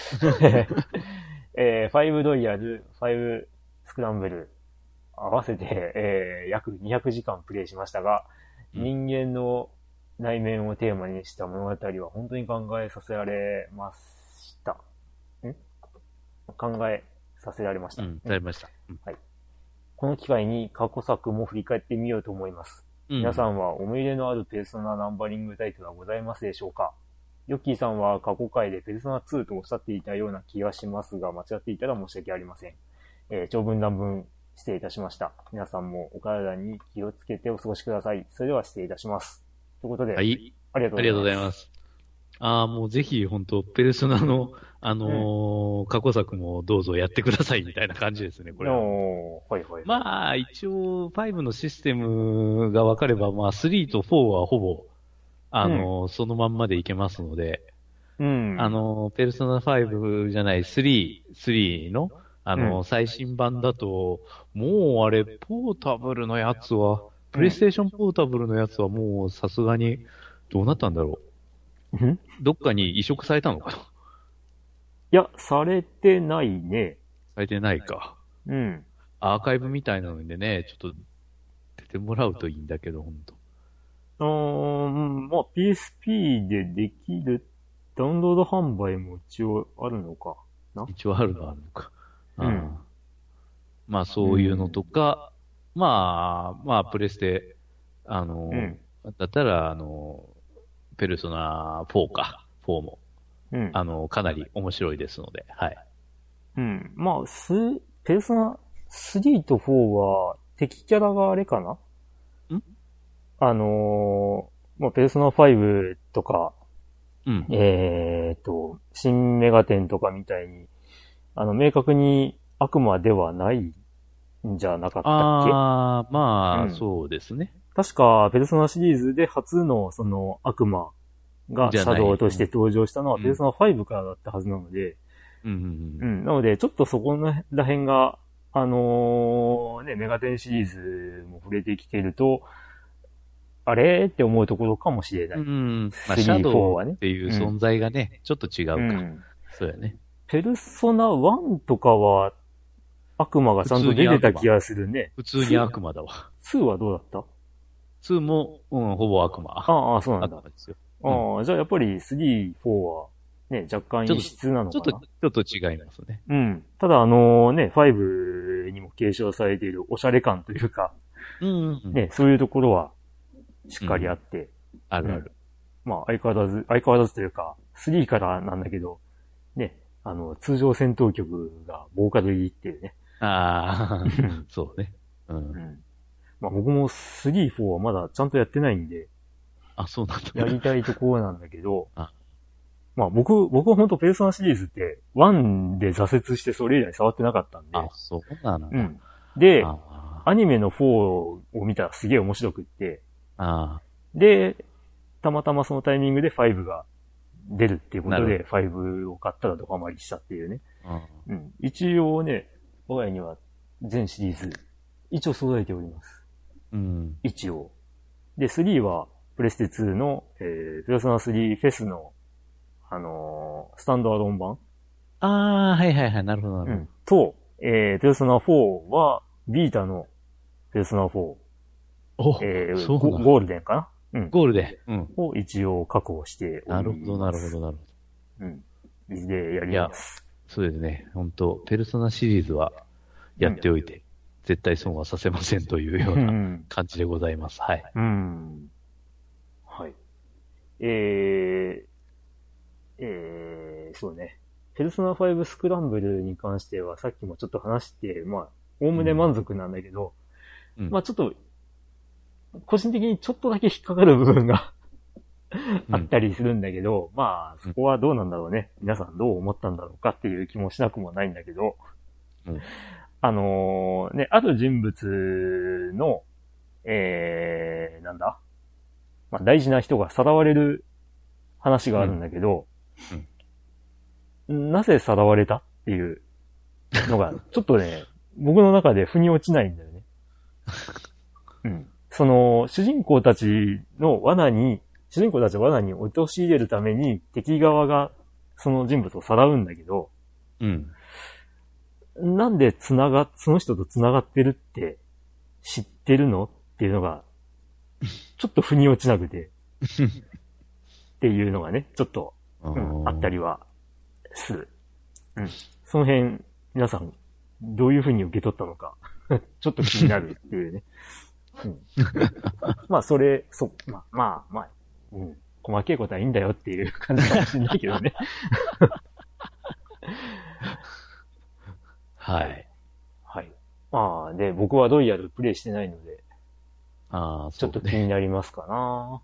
えー、5ロイヤル、5スクランブル、合わせて、えー約200時間プレイしましたが、
うん
人間の内面をテーマにした物語は本当に考えさせられました。ん考えさせられまし
う
た。
ん、わかりました。
この機会に過去作も振り返ってみようと思います。皆さ
ん。
んは思い入れのあるペルソナナンバリングタイトルはございますでしょうかヨッキーさんは過去回でペルソナ2とおっしゃっていたような気がしますが、間違っていたら申し訳ありません。えー長文乱文失礼いたしました。皆さんもお体に気をつけてお過ごしください。それでは失礼いたします。ということで、
はい。
ありがとう
あ
ござ
り
い
がとうござい
ます。
ます。ああ、もうぜひ、本当ペルソナの、あのー過去作もどうぞやってくださいみたいな感じですね、これは。
おーはいはい。
まあ、一応、5のシステムが分かれば、まあ、3と4はほぼ、あの、そのまんまでいけますので、
うん。
あ、の、ペルソナ5じゃない、3、3の、あの、
うん
最新版だと、もうあれ、ポータブルのやつは、プレイステーションポータブルのやつはもうさすがに、どうなったんだろ。
んいう
どっかに移植されたのかな
や、されてないね。
されてないか。
うん。
アーカイブみたいなのでね、ちょっと、出てもらうといいんだけど、本当
うーん、まあ PSP でできる、ダウンロード販売も一応あるのか。
一応あるのはあるのか。
うん
ああまあそういうのとか、まあ、まあプレステ、あの、
うん。
だったら、あの、ペルソナ4か、4も、
うん。
あの、かなり面白いですので、はい。
うん。まあ、す、ペルソナ3と4は敵キャラがあれかなあのー、まあ、ペルソナ5とか、
うん。
えー、と、新メガテンとかみたいに、あの、明確に悪魔ではないんじゃなかったっ
ああ、まあ、
うん
そうですね。
け確か、ペルソナシリーズで初のその悪魔がシ
じゃない
ャドウとして登場したのは
うん
ペルソナ5からだったはずなので、
うんう
うんん、なので、ちょっとそこら辺が、あのーね、メガテンシリーズも触れてきてると、あれって思うところかもしれな
う
い。
ん。うん。まあ、
3
シャ
4
ド
は
ウ
ね
っていう
うん
存在がね、ちょっと違うか。
うん
そうやね。
ペルソナ1とかは、悪魔がちゃんと出てた気がするね。
普通に悪魔だわ。
2はどうだっ
2も、うん、ほぼ悪魔。
たああ、そうなん
悪
だ。あ
魔ですよ。
あ、じゃあやっぱり3、4は、ね、若干異質なの
ち
か
ょっと、ち
な。
ょっと違いますね。
うん。ただあのね、5にも継承されているおしゃれ感というか、
うんうんうん。
ね、そういうところは、しっかりあって、
あるある。
まあ、相変わらず、相変わらずというか、3からなんだけど、ね、あの、通常戦闘曲がボーカル入りっていうね。
ああ、 そうね。うん。
ん。まあ、僕も3、4はまだちゃんとやってないんで、
あ、そうなん
や
だ。
りたいところなんだけど
あ、
まあ、僕、僕は本当ペルソナシリーズって、1で挫折してそれ以来触ってなかったんで
あ、、そうなの。
うん。で、
あー
アニメの4を見たらすげえ面白くって、
あ
で、たまたまそのタイミングで5が出るっていうこと
な
で、5を買ったらドハマりしたっていうね。
ー。うん
うん。一応ね、我が家には全シリーズ、一応揃えております。
うん。
一応。で、3は、プレステ2の、えー、プラスナ3フェスの、あのースタンドアロン版、
ああ、はいはいはい、なるほど、な
う
るほど。
ん、と、えー、プラスナ4は、ビータの、プラスナ4、
お
えー、
そ
ゴ
うなの
ゴールデンかなうん。
ゴールで。うん。
を一応確保してお
な
り
る
ます。
ほど、なるほど、なるほど。
うん。で、やります。
そうですね。本当ペルソナシリーズはやっておいて、絶対損はさせませんというよう
う。
なん感じでございます。はい。
うん。はい。えー、えー、そうね。ペルソナ5スクランブルに関してはさっきもちょっと話して、まあ、おおむね満足なんだけど、
うん
まあちょっと、個人的にちょっとだけ引っかかる部分があったりするんだけど、まあそこはどうなんだろうね。皆さんどう思ったんだろうかっていう気もしなくもないんだけど、
うん
あのーね、ある人物の、えー、なんだまあ、大事な人がさらわれる話があるんだけど、なぜさらわれたっていうのが、ちょっとね、 僕の中で腑に落ちないんだよね。うん。その、主人公たちの罠に、主人公たちを罠に陥れるために敵側がその人物をさらうんだけど、
うん。
なんで繋が、その人と繋がってるって知ってるのっていうのが、ちょっと腑に落ちなくて。っていうのがね、ちょっと、うんあった
り。
りはする。うん。その辺、皆さん、どういう風に受け取ったのか、 ちょっと気になるっていうね。うん、まあ、それ、そ、まあ、まあ、まあ、うん。細けいことはいいんだよっていう感じかもしれないけどね。
はい。
はい。まあ、で、僕はロイヤルプレイしてないので、
ああ、
ち
そ
ょっ
う
と気
ね。
になりますかな。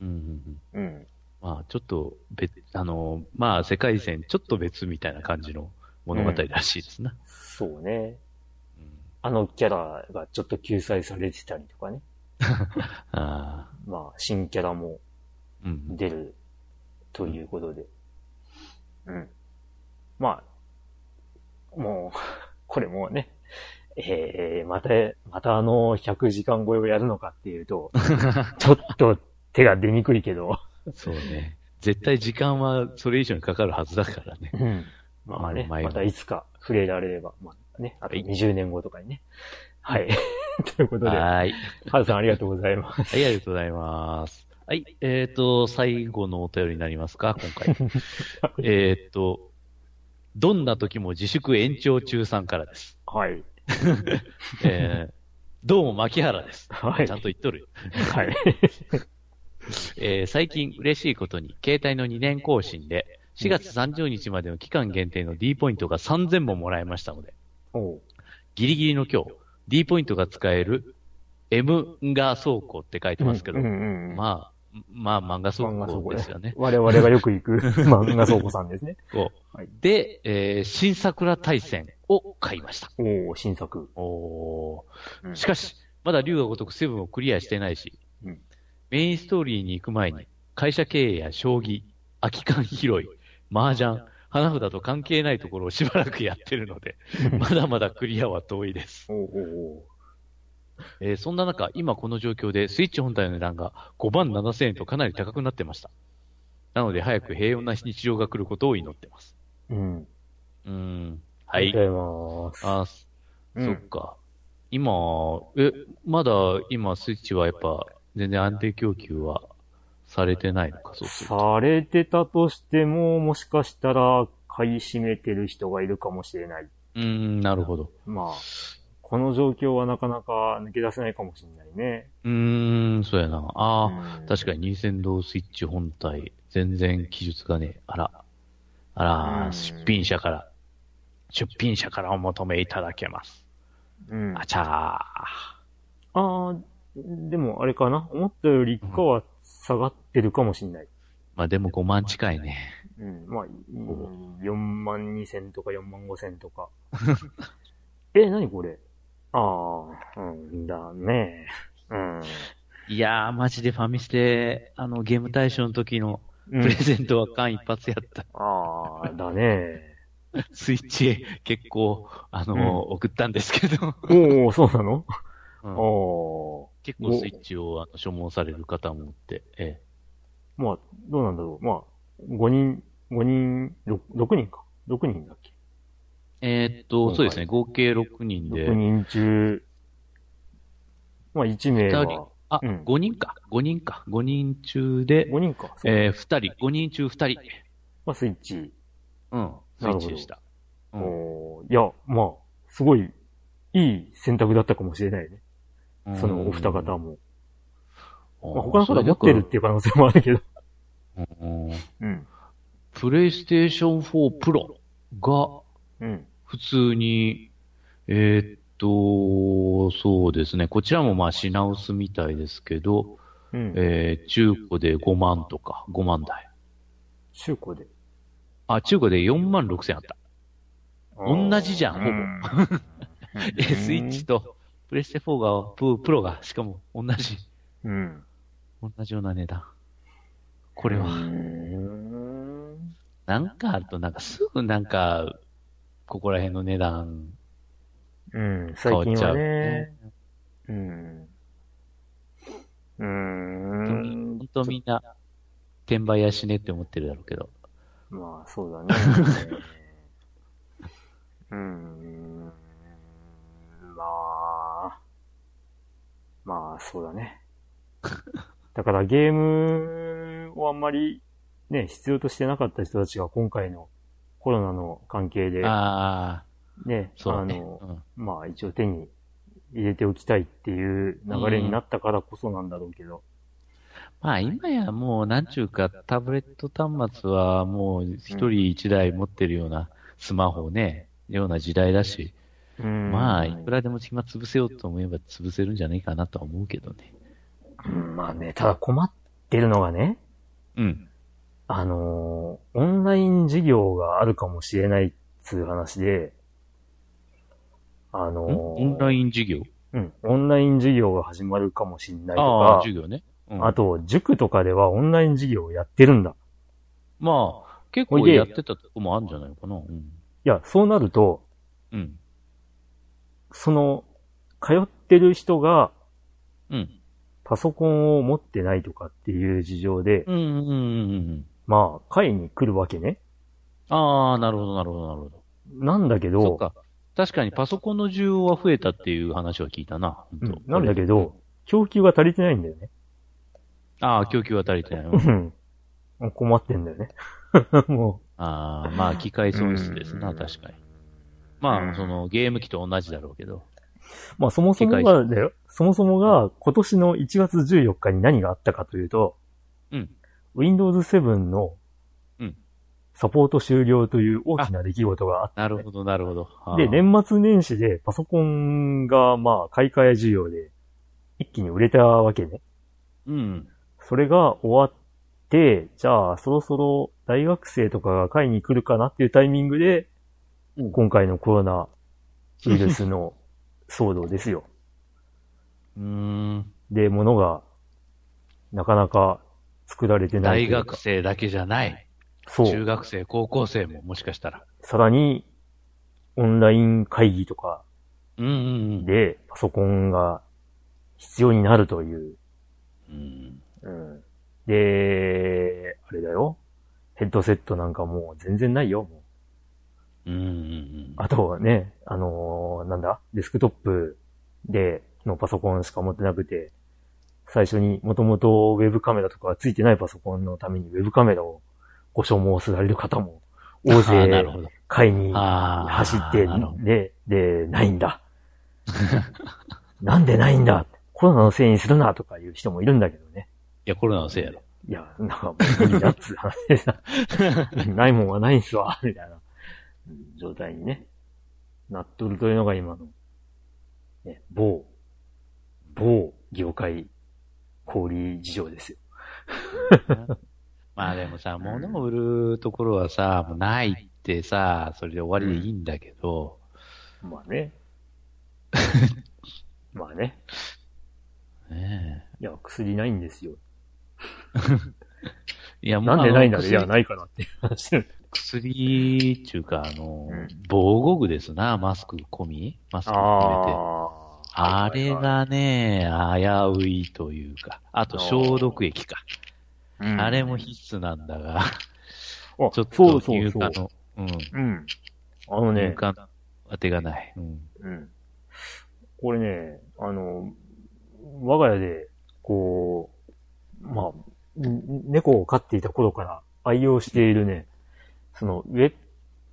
うんうんうん
うん。
まあ、ちょっと別、あの、まあ、世界線、ちょっと別みたいな感じの物語らしいですな。
そうね。
うん
あのキャラがちょっと救済されてたりとかね。
ああ、
まあ、新キャラも
うん。
出るということで。うん。まあ、もう、 これもうね、えー、また、またあの100時間超えをやるのかっていう と、ちょっと手が出にくいけど、
そうね。絶対時間はそれ以上にかかるはずだからね。
うんまあね、
まあ
またいつか触れられれば、まあね、あと20年後とかにね。はい。 ということで、
はーい。
ハルさんありがとうございます。
はい、ありがとうございます。はい、えっ、と、最後のお便りになりますか、今回。えっと、どんな時も自粛延長中さんからです。
はい。
えー、どうも牧原です。
はい
ちゃんと言っとるよ。
はい。
えー最近嬉しいことに、携帯の2年更新で、4月30日までの期間限定の D ポイントが3000本もらえましたので、
おう
ギリギリの今日、D ポイントが使える M が倉庫って書いてますけど、
うんうんうん、
まあ、まあ、漫画倉庫ですよね。
我々がよく行 く漫画倉庫さんですね。
こう
はい
で、えー新桜大戦を買いました。
おお新作。
おー
うん
しかし、まだ竜が如くセブンをクリアしてないし、
うん
メインストーリーに行く前に、会社経営や将棋、空き缶拾い、麻雀、花札と関係ないところをしばらくやってるので、まだまだクリアは遠いです。
おうおう
えーそんな中、今この状況でスイッチ本体の値段が5万7千円とかなり高くなってました。なので早く平穏な日常が来ることを祈ってます。
おう。うん。
うーん。は
あり
い
が。とうござい
あー、そ
ます。
そっか。今、え、まだ今スイッチはやっぱ全然安定供給はされてないのか、そうすると。
されてたとしても、もしかしたら買い占めてる人がいるかもしれない。
うーん、なるほど。
まあ、この状況はなかなか抜け出せないかもしれないね。
うーん、そうやな。ああ、
うん
確かに、任天堂スイッチ本体、全然記述がね、あら、あ
うん
ら、出品者から、出品者からお求めいただけます。
うん、
あ
あ
ちゃ
あー、でもあれかな。思ったより一価は下がってるかもしれない。
ー。まあでも5万近いね。
うん、まあ、
お
4万2千とか4万5千と か。え、なにこれああ、うんだね。うん。
いやー、マジでファミステ、あの、ゲーム大賞の時の
う
プレ
ん、
ゼントは間一髪やった。
ああ、だね。
スイッチ結構、あの、
うん
送ったんですけど、
おお、そう なの
うん
お
結構スイッチをあの所望される方もおって、ええ
あ、まあ、どうなんだろう。まあ、5人、5人、6, 人か。6人だっけ。
えーっと、
今回
そうですね、合計6人で
6、人中、まあ1名
二人
は、
あ、
うん
5人か、5人か、5人中で、
5人か。そう
えー、2人、5人中2人、
まあスイッチ。
うん、スイッチでした。うん
おーいや、まあ、すごい、いい選択だったかもしれないね。そのお二方も。まあ、他の方は持ってるっていう可能性もあるけど。
うん
うん。
プレイステーション4プロが
うん。
普通に、えーっと、そうですね、こちらもまあ品薄みたいですけど、
うん。
えー中古で5万とか、5万台。
中古で。
あ、中古で4万6千あった。同じじゃんほぼ
ほぼ。
え、スイッチとプレステ4が、ププロが、しかも同じ、
うん。
同じような値段。こ
こ
れは、なんかあると、なんかすぐなんか、ここら辺の値段
うん、最
変わっ
近
ちゃ
は
う。
ね。うん。うーん
本。当みんな、転売やしねって思ってるだろうけど。
まあ、そうだ ね。うーん。まあ。まあ、そうだ ね。だからゲームをあんまりね、必要としてなかった人たちが今回のコロナの関係で、
ああ、
ね、
そうだ
あ
ね。
の、
うん
まあ一応手に入れておきたいっていう流れになったからこそなんだろうけど。
まあ今やもう、なんちゅうか、タブレット端末はもう一人一台持ってるようなスマホね、ような時代だし、
うん
まあいくらでも暇潰せようと思えば潰せるんじゃないかなとは思うけどね。
うんまあね、ただ困ってるのがね、
うん。
あのーオンライン授業があるかもしれないっつう話で、あのー
オンライン授業
うん、オンライン授業が始まるかもしれないと
ああ、
か、
授業ね。うん、
あと、塾とかではオンライン授業をやってるんだ。
まあ、結
ほ
構
いで
やってたとこもあるんじゃないのかな。うん。
いや、そうなると、
うん。
その、通ってる人が
うん。
パソコンを持ってないとかっていう事情で、
うん。うんうん。うん。
まあ、会に来るわけね。
ああ、なるほど、なるほど、なるほど。
なんだけど、
そっか。確かにパソコンの需要は増えたっていう話は聞いたな。ほ
うん
と
ん、なんだけど、供給が足りてないんだよね。
ああ、供給は足りてない。 うん
うん。困ってんだよね。 も
ああ、まあ、機械
う。
損失ですな、確かに。。まあ、その、ゲーム機と同じだろうけど。
まあ、そもそもがだよ。そもそもが、今年の1月14日に何があったかというと、
うん。
Windows 7の
うん、
サポート終了という大きな出来事があっ
なるほど、なるほど。あ
で、
ー
年末年始でパソコンが、まあ、買い替え需要で、い一気に売れたわけね。
うん。
それが終わって、じゃあそろそろ大学生とかが買いに来るかなっていうタイミングで、
うん
今回のコロナウイルスの騒動です よ。
うーん。
で、ものがなかなか作られてない
大
というか。
学生だけじゃない。
そ
中
う。
学生、高校生ももしかしたら。
さらに、オンライン会議とか
うんうんうん。
でパソコンが必要になるという。
うん
うん。で、あれだよ。ヘッドセットなんかもう全然ないよ。もう
うんうんうん。
あとはね、あのーなんだ、デスクトップでのパソコンしか持ってなくて、最初にもともとウェブカメラとかついてないパソコンのためにウェブカメラをご所望される方も大
あーな
勢
るほど。
買いに
ああ。
走って
なるほど、
で、で、ないん だ。なんでないんだコロナのせいにするなとかいう人もいるんだけどね。
いや、コロナのせい やろ。
いや、なんかもう無理だっつう話でさ、 ないもんはないんすわ、みたいなうん状態にね、なっとるというのが今の、ね、某、某業界、小売事情ですよ。
まあでもさ、物を売るところはさ、もうないってさ、それで終わりでいいんだけど、
まあ ね。まあね。
ね
いや、薬ないんですよ。
えいや、も
なんでないんだ
あ
ね。
の
いや、
薬
ないかなっていう話。
薬っていうか、あの、
うん
防護具ですな、マスク込みマスク込めて。
あ
あれがね、危ういというか、あと消毒液か。あれも必須なん だが、
あ
ちょっ
そう
と
そう
入
そ
荷
う。
の、う
う
ん、
ん。あの
入
ね、
荷の当てがない。うん。
うん。これね、あの、我が家で、こう、まあ、ん猫を飼っていた頃から愛用しているね、その、ウェッ、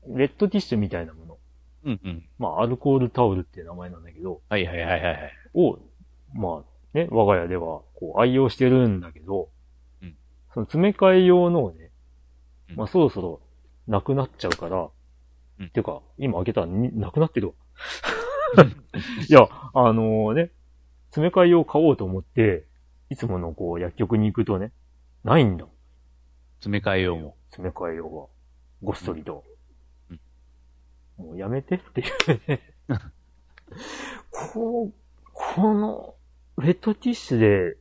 ウェットティッシュみたいなもの、
うんうん。
まあ、アルコールタオルっていう名前なんだけど、
はいはいはいはいはい。
を、まあ、ね、我が家では、こう、愛用してるんだけど、
うん
その詰め替え用のをね、
うん
まあ、そろそろ、なくなっちゃうから、
うん
ていうか、今開けたらに、なくなって るわ。いや、あのね、詰め替え用買おうと思って、いつものこう、薬局に行くとね、ないんだ。
詰め替えよ うも。
詰め替え用は。ごっそりと。
うん
もうやめてっていうね。こう、この、ウェットティッシュで、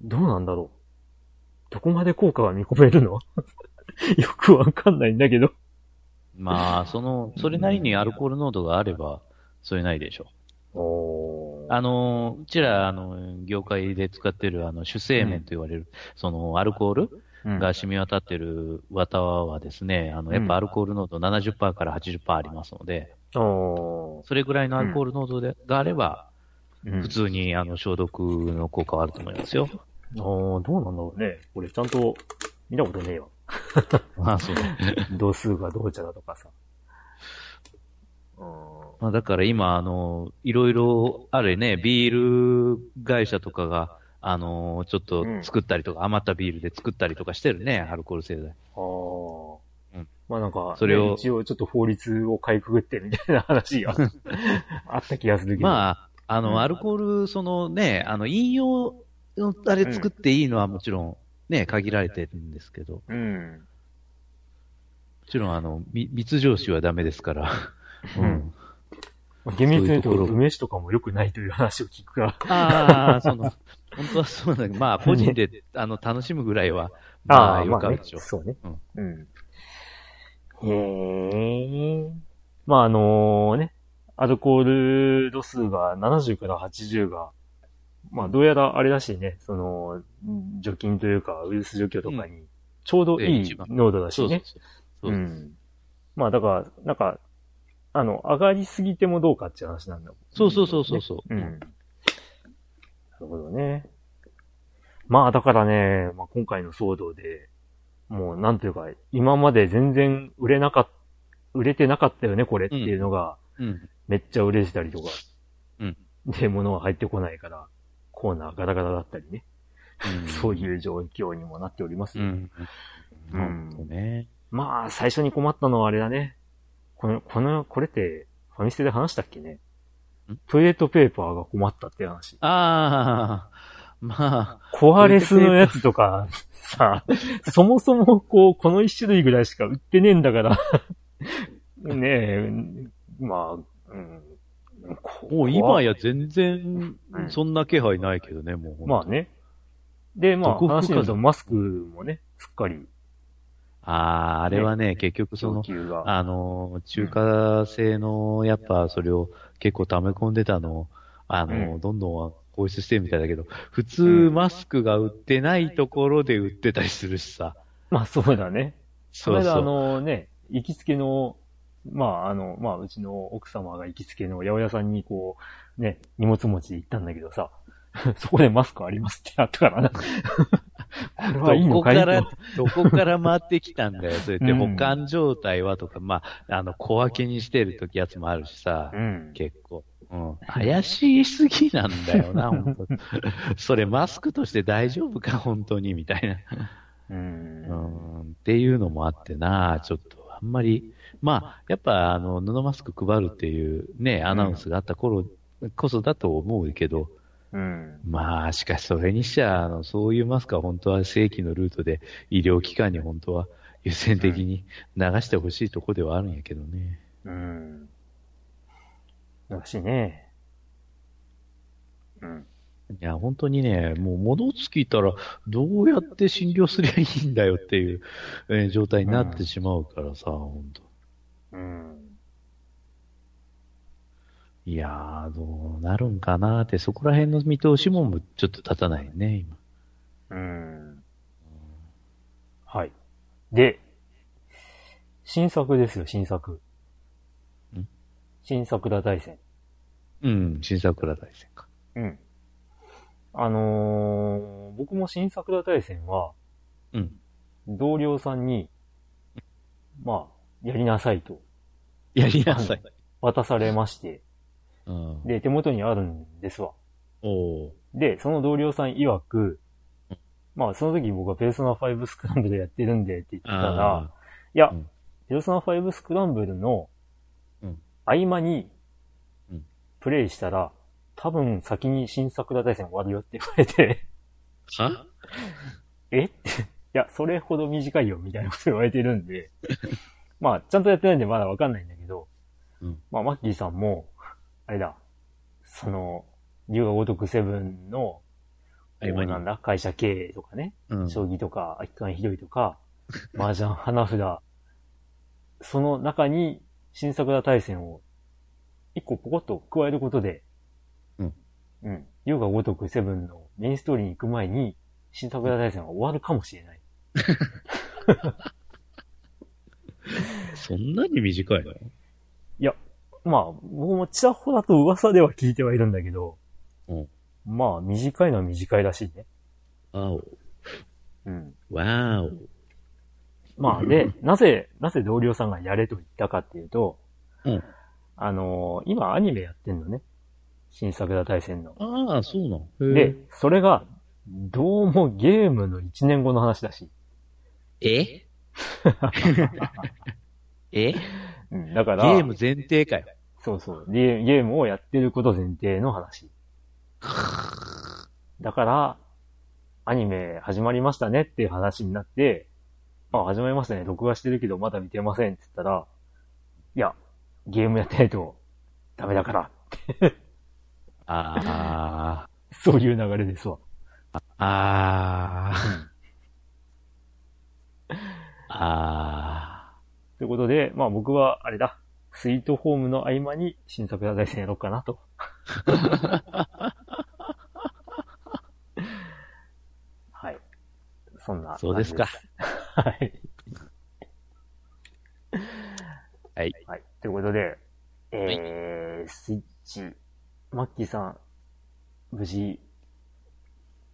どうなんだろう。どこまで効果が見込めるの よくわかんないんだけど。
まあ、その、それなりにアルコール濃度があれば、それないでしょ
お
う。あの、うちら、あの、業界で使ってる、あの、主成面と言われる、その、アルコール
うん
が染み渡ってる綿はですね、あ
うん
の、やっぱアルコール濃度70%から80%ありますので、
おー
それぐらいのアルコール濃度で、があれば、
うん
普通に、あの、消毒の効果はあると思いま すよ。
あーどうなんだろうね。俺ちゃんと見たことねえ よ。
まあ、そう。
度数がどうちゃだとかさ。うーん
まあ、だから今、あの、いろいろ、あれね、ビール会社とかが、あの、ちょっと作ったりとか、余ったビールで作ったりとかしてるね、アルコール製剤。
ああ。
うん
まあなんか、
それを
ね一応ちょっと法律をかいくぐってみたいな話 があった気がするけど。あ、
まあ、あ
うん
の、アルコール、そのね、あの、飲用のあれ作っていいのはもちろん、ね、限られてるんですけど、も
うん。
ちろん、あの、み密上酒はダメですから。
う
うんん。
まあ厳密に言うと、
そういうところ
梅酒とかも良くないという話を聞くから。
ああ、その、本当はそうだけど、まあ、個人で、あの、楽しむぐらいは、まあ、よくある
ね
でしょう。
そうね。
うん
うん。へえ。まああのね、アルコール度数が70から80が、まあどうやらあれらしいね、その、除菌というか、ウイルス除去とかに、ちょうどい
ええ
い
一番
濃度らし
そ
いう
そ
ね
う。そう。そうそう
まあだから、なんか、あの、上がりすぎてもどうかっていう話なんだ
そうそうそうそうそう。
うん。なるほどね。まあだからね、まあ、今回の騒動で、もうなんというか、今まで全然売れなかっ売れてなかったよね、これっていうのが、
うん。
めっちゃ売れてたりとか、
うん。
で、物は入ってこないから、コーナーガラガラだったりね、そう
う
いう状況にもなっております
ん。う
よ。
ん。
うん
うん。そうね。
まあ、最初に困ったのはあれだね。この、この、これって、ファミステで話したっけね。トイレットペーパーが困ったって話。
ああ、まあ、
コアレスのやつとか、さ、そもそもこう、この一種類ぐらいしか売ってねえんだから、ねえ、まあ、うん。
もう今
や、
や全然
うん
そんな気配ないけどね、もう。
まあ。ね。で、まあ
どこ
話
吹くか
によるとマスクもね、すっかり
ああ、あれはね、
ね
結局そ
供
の、
給が。
あの、中華製の、やっぱそれを結構溜め込んでたのを、あの、
う
どんどん放出してるみたいだけど、普通
うん
マスクが売ってないところで売ってたりするしさ。
まあそうだね。そ
そ
れ
う
で
そう。
あのね、行きつけの、まああの、まあうちの奥様が行きつけの八百屋さんにこう、ね、荷物持ち行ったんだけど さ、そこでマスクありますってなったからな。これはいい
ど
の
こ
かい
から
と、
どこから回ってきたんだよ。それって
うん
保管状態はとか、まあ、あの、小分けにしてるときやつもあるしさ
う、ん。
結構。うん。怪しすぎなんだ よな、本当それマスクとして大丈夫か、本当に、みたいな。
う。
うんんっていうのもあってな、ちょっとあんまり、まあ、やっぱあの布マスク配るっていうね、アナウンスがあった頃こそだと思うけど、
うん。
まあ、しかしそれにしちゃ、あのそういうマスクは本当は正規のルートで医療機関に本当は優先的に流してほしいとこではあるんやけどね。
うん。らしいね。うん。
いや、本当にね、もう戻つきたらどうやって診療すりゃいいんだよっていう、えー状態になってしまうからさ、本当。
うん。
いやー、どうなるんかなーって、そこら辺の見通しもちょっと立たないね、今。
うん。はい。で、新作ですよ、新作
ん。
新作だ大戦。
うん、新桜大戦か。
うん。あのー、僕も新桜大戦は、
うん。
同僚さんに、まあ、やりなさいと
やりなさい。
渡されまして、
うん。
で、手元にあるんですわ。
おー
で、その同僚さん曰く
うん、
まあ、その時僕はペルソナ5スクランブルやってるんでって言ってたら、
あ
いや、
うん
ペルソナ5スクランブルの
うん
合間に
うん
プレイしたら、多分先に新作大戦終わるよって言われて、
ーは
え って、いや、それほど短いよみたいなこと言われてるん で、まあ、ちゃんとやってないんでまだわかんないんだけど、
うん
まあ、マッキーさんも、あれだ、その、竜が如くセブンの、
合間に
なんだ、会社経営とかね、
うん。
将棋とか、空き缶ひどいとか、 麻雀、花札、その中に新作田対戦を一個ポコッと加えることで、
うん。
うん。優が如くセブンのメインストーリーに行く前に、新作田対戦は終わるかもしれない。
そんなに短いの
まあ、僕もちらほらと噂では聞いてはいるんだけど、
うん。
まあ、短いのは短いらしいね。
あお。
うん。
わーお。
まあ、で、なぜ、なぜ同僚さんがやれと言ったかっていうと、
うん。
あのー今アニメやってんのね。新作田対戦の。
ああ、そうなの。
で、それが、どうもゲームの1年後の話だし。
え えゲ
うん、だから、
ーム前提かよ。
そうそうゲ、ゲームをやってること前提の 話。だから、アニメ始まりましたねっていう話になって、あ、始まりましたね。録画してるけどまだ見てませんって言ったら、いや、ゲームやってないとダメだから。
あ
そういう流れですわ。
あ、ああ、あ
ということで、まあ僕は、あれだ、スイートホームの合間に新作大戦やろうかな と。はい。そんな
そうですか
感じです。はい。
はい。
はい。ということで、えー、スイッチ、マッキーさん、無事、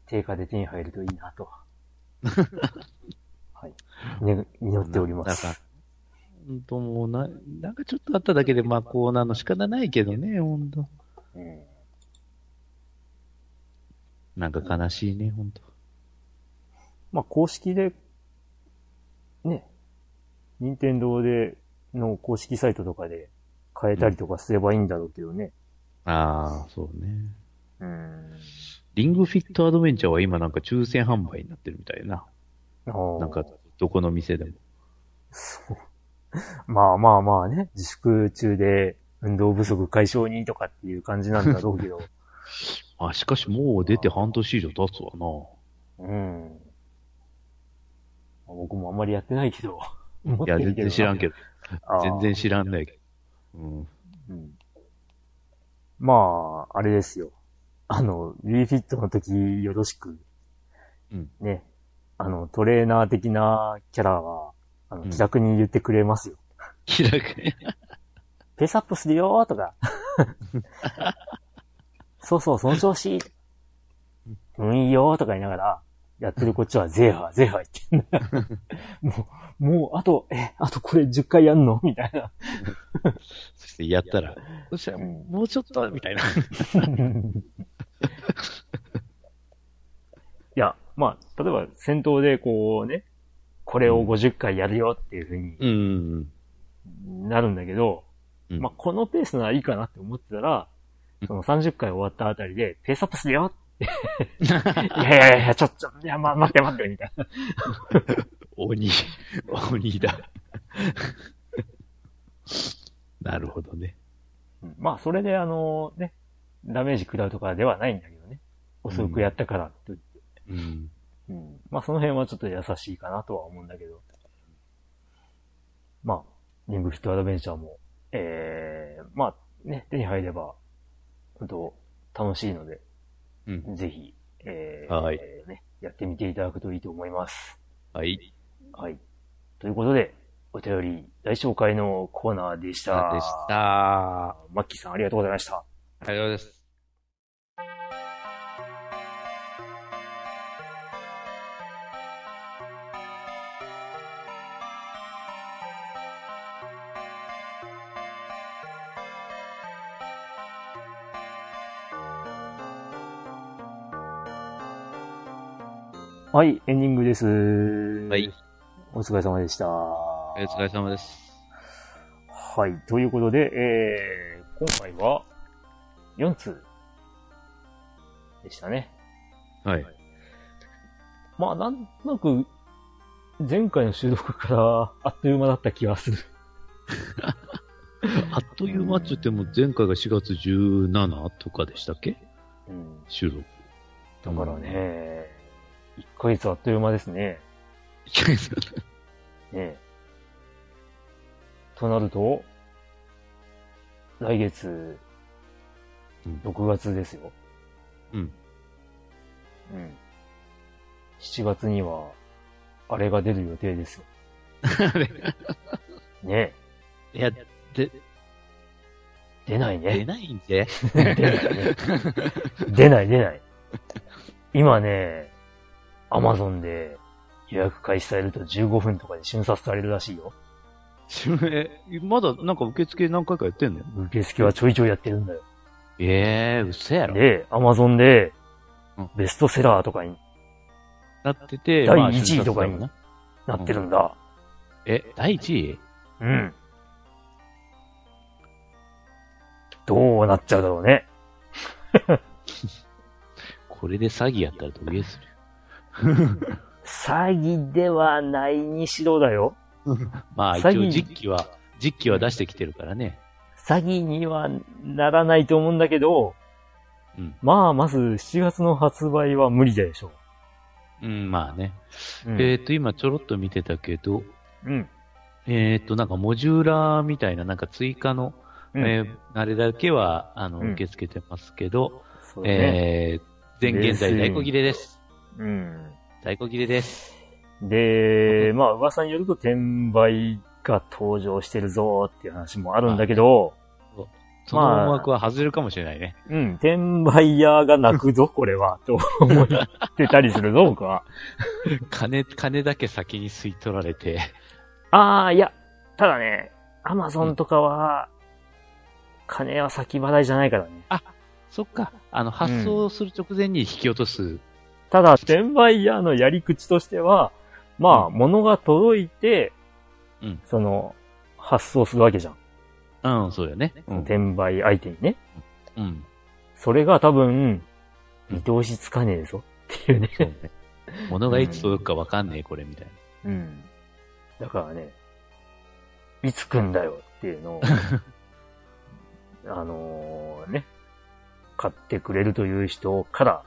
定価で手に入るといいな と。はい。ね、祈っております。
なんか本当もうな、なんかちょっとあっただけで、まあ、こうなの仕方ないけどね、本当
うん
なんか悲しいね、本当
まあ、公式で、ね、任天堂での公式サイトとかで変えたりとかすればいいんだろうけどね。
ああ、そうね。
うん。
リングフィットアドベンチャーは今なんか抽選販売になってるみたいな。
な
なんか、、どこの店でも。
そう。まあまあまあね、自粛中で運動不足解消にとかっていう感じなんだろう けど。
あ、しかしもう出て半年以上経つわな。
うん。僕もあんまりやってないけど。
い や、全然知らんけ
ど
ど。
な。
全然知らん
ね。
ないけど。うん。
うんまあ、あれですよ。あの、ビーフィットの時よろしく、
うん
ね、あの、トレーナー的なキャラは、あの、
うん
気楽に言ってくれますよ。
気楽ね。
ペースアップするよーとか。そうそう、その調子。うん、いいよーとか言いながら、やってるこっちはゼーハー、ゼーハー言ってん だよもう、もう、あと、え、あとこれ10回やんのみたいな。
そしてやったら、そしたら
うん
もうちょっと、みたいな。
いや、まあ、例えば戦闘でこうね、これを50回やるよっていう風
うんうん
になるんだけど、
うん。
まあ、このペースならいいかなって思ってたら、その30回終わったあたりで、ペースアップするよって。いやいやいや、ちょっと、いや、ま、待って待って、みたいな。
鬼、鬼だ。なるほどね。
うんまあ、それであの、ね、ダメージ食らうとかではないんだけどね。遅くやったからって。
うん。
うんまあその辺はちょっと優しいかなとは思うんだけど。まあ、リングフィットアドベンチャーも、ええまあね、手に入れば、本当楽しいので、
うん。
ぜひ、ええ
はい
ね、やってみていただくといいと思います。
はい。
はい。ということで、お便り大紹介のコーナーでし。
でしたた。あ
マッキーさんありがとうございました。
りがとうございます。
はい、エンディングです。
はい。
お疲れ様でした。
お疲れ様です。
はい。ということで、えー、今回は4通でしたね。
はい。
まあ、なんとなく、前回の収録からあっという間だった気がする。
あっという間って言っても、前回が4月17とかでしたっけ
うん。
収録。
だからね、1ヶ月あっという間ですね。ねえとなると、来月
うん、
6月ですよ。
うん。
うん。7月には、あれが出る予定です よ。ね
いや、で、
え、出ない
出
ね。
ないんで。
出ないね。出ない出ない。今ね、アマゾンで予約開始されると15分とかで瞬殺されるらしいよ。
えまだなんか受付何回かやってんのよ。
受付はちょいちょいやってるんだよ。
ええー、嘘やろ。
で、アマゾンで
うん、
ベストセラーとかに
なってて、
第
まあ
一位とかに
瞬殺だろうな
なってるんだ。
え、第1位
うん。どうなっちゃうだろうね。
これで詐欺やったら土下座する。
詐欺ではないにしろだよ。
まあ一
詐欺
応実機は、実機は出してきてるからね。
詐欺にはならないと思うんだけど、
うん。
まあ、まず7月の発売は無理でしょ
うん、まあね。
う。うん。
えっ、と、今ちょろっと見てたけど、
うん。
えっ、と、なんかモジュラーみたいな、なんか追加の、
うん
えーあれだけは、あの、
うん
受け付けてますけど、
そうだね。
えー、全現在在庫切れです。
うん。
在庫切れです。
で、まあ、噂によると転売が登場してるぞーっていう話もあるんだけど、
その思惑は外れるかもしれないね。
うん、転売屋が泣くぞ、これは、と思ってたりする ぞ、僕は。
金、金だけ先に吸い取られて、
ああ、いや、ただね、アマゾンとかは、金は先払いじゃないからね。
そっか、あの、発送する直前に引き落とす。
ただ、転売屋のやり口としては、まあ、
うん
物が届いて、
うん
その、発送するわけじゃん。
うん、そうよね。うん
転売相手にね。
うん。
それが多分、見通しつかねえぞっていうね。
そうね。物がいつ届くかわかんねえ、これ、みたい
うん。だからね、いつ来んだよっていうの を、あのーね、買ってくれるという人から、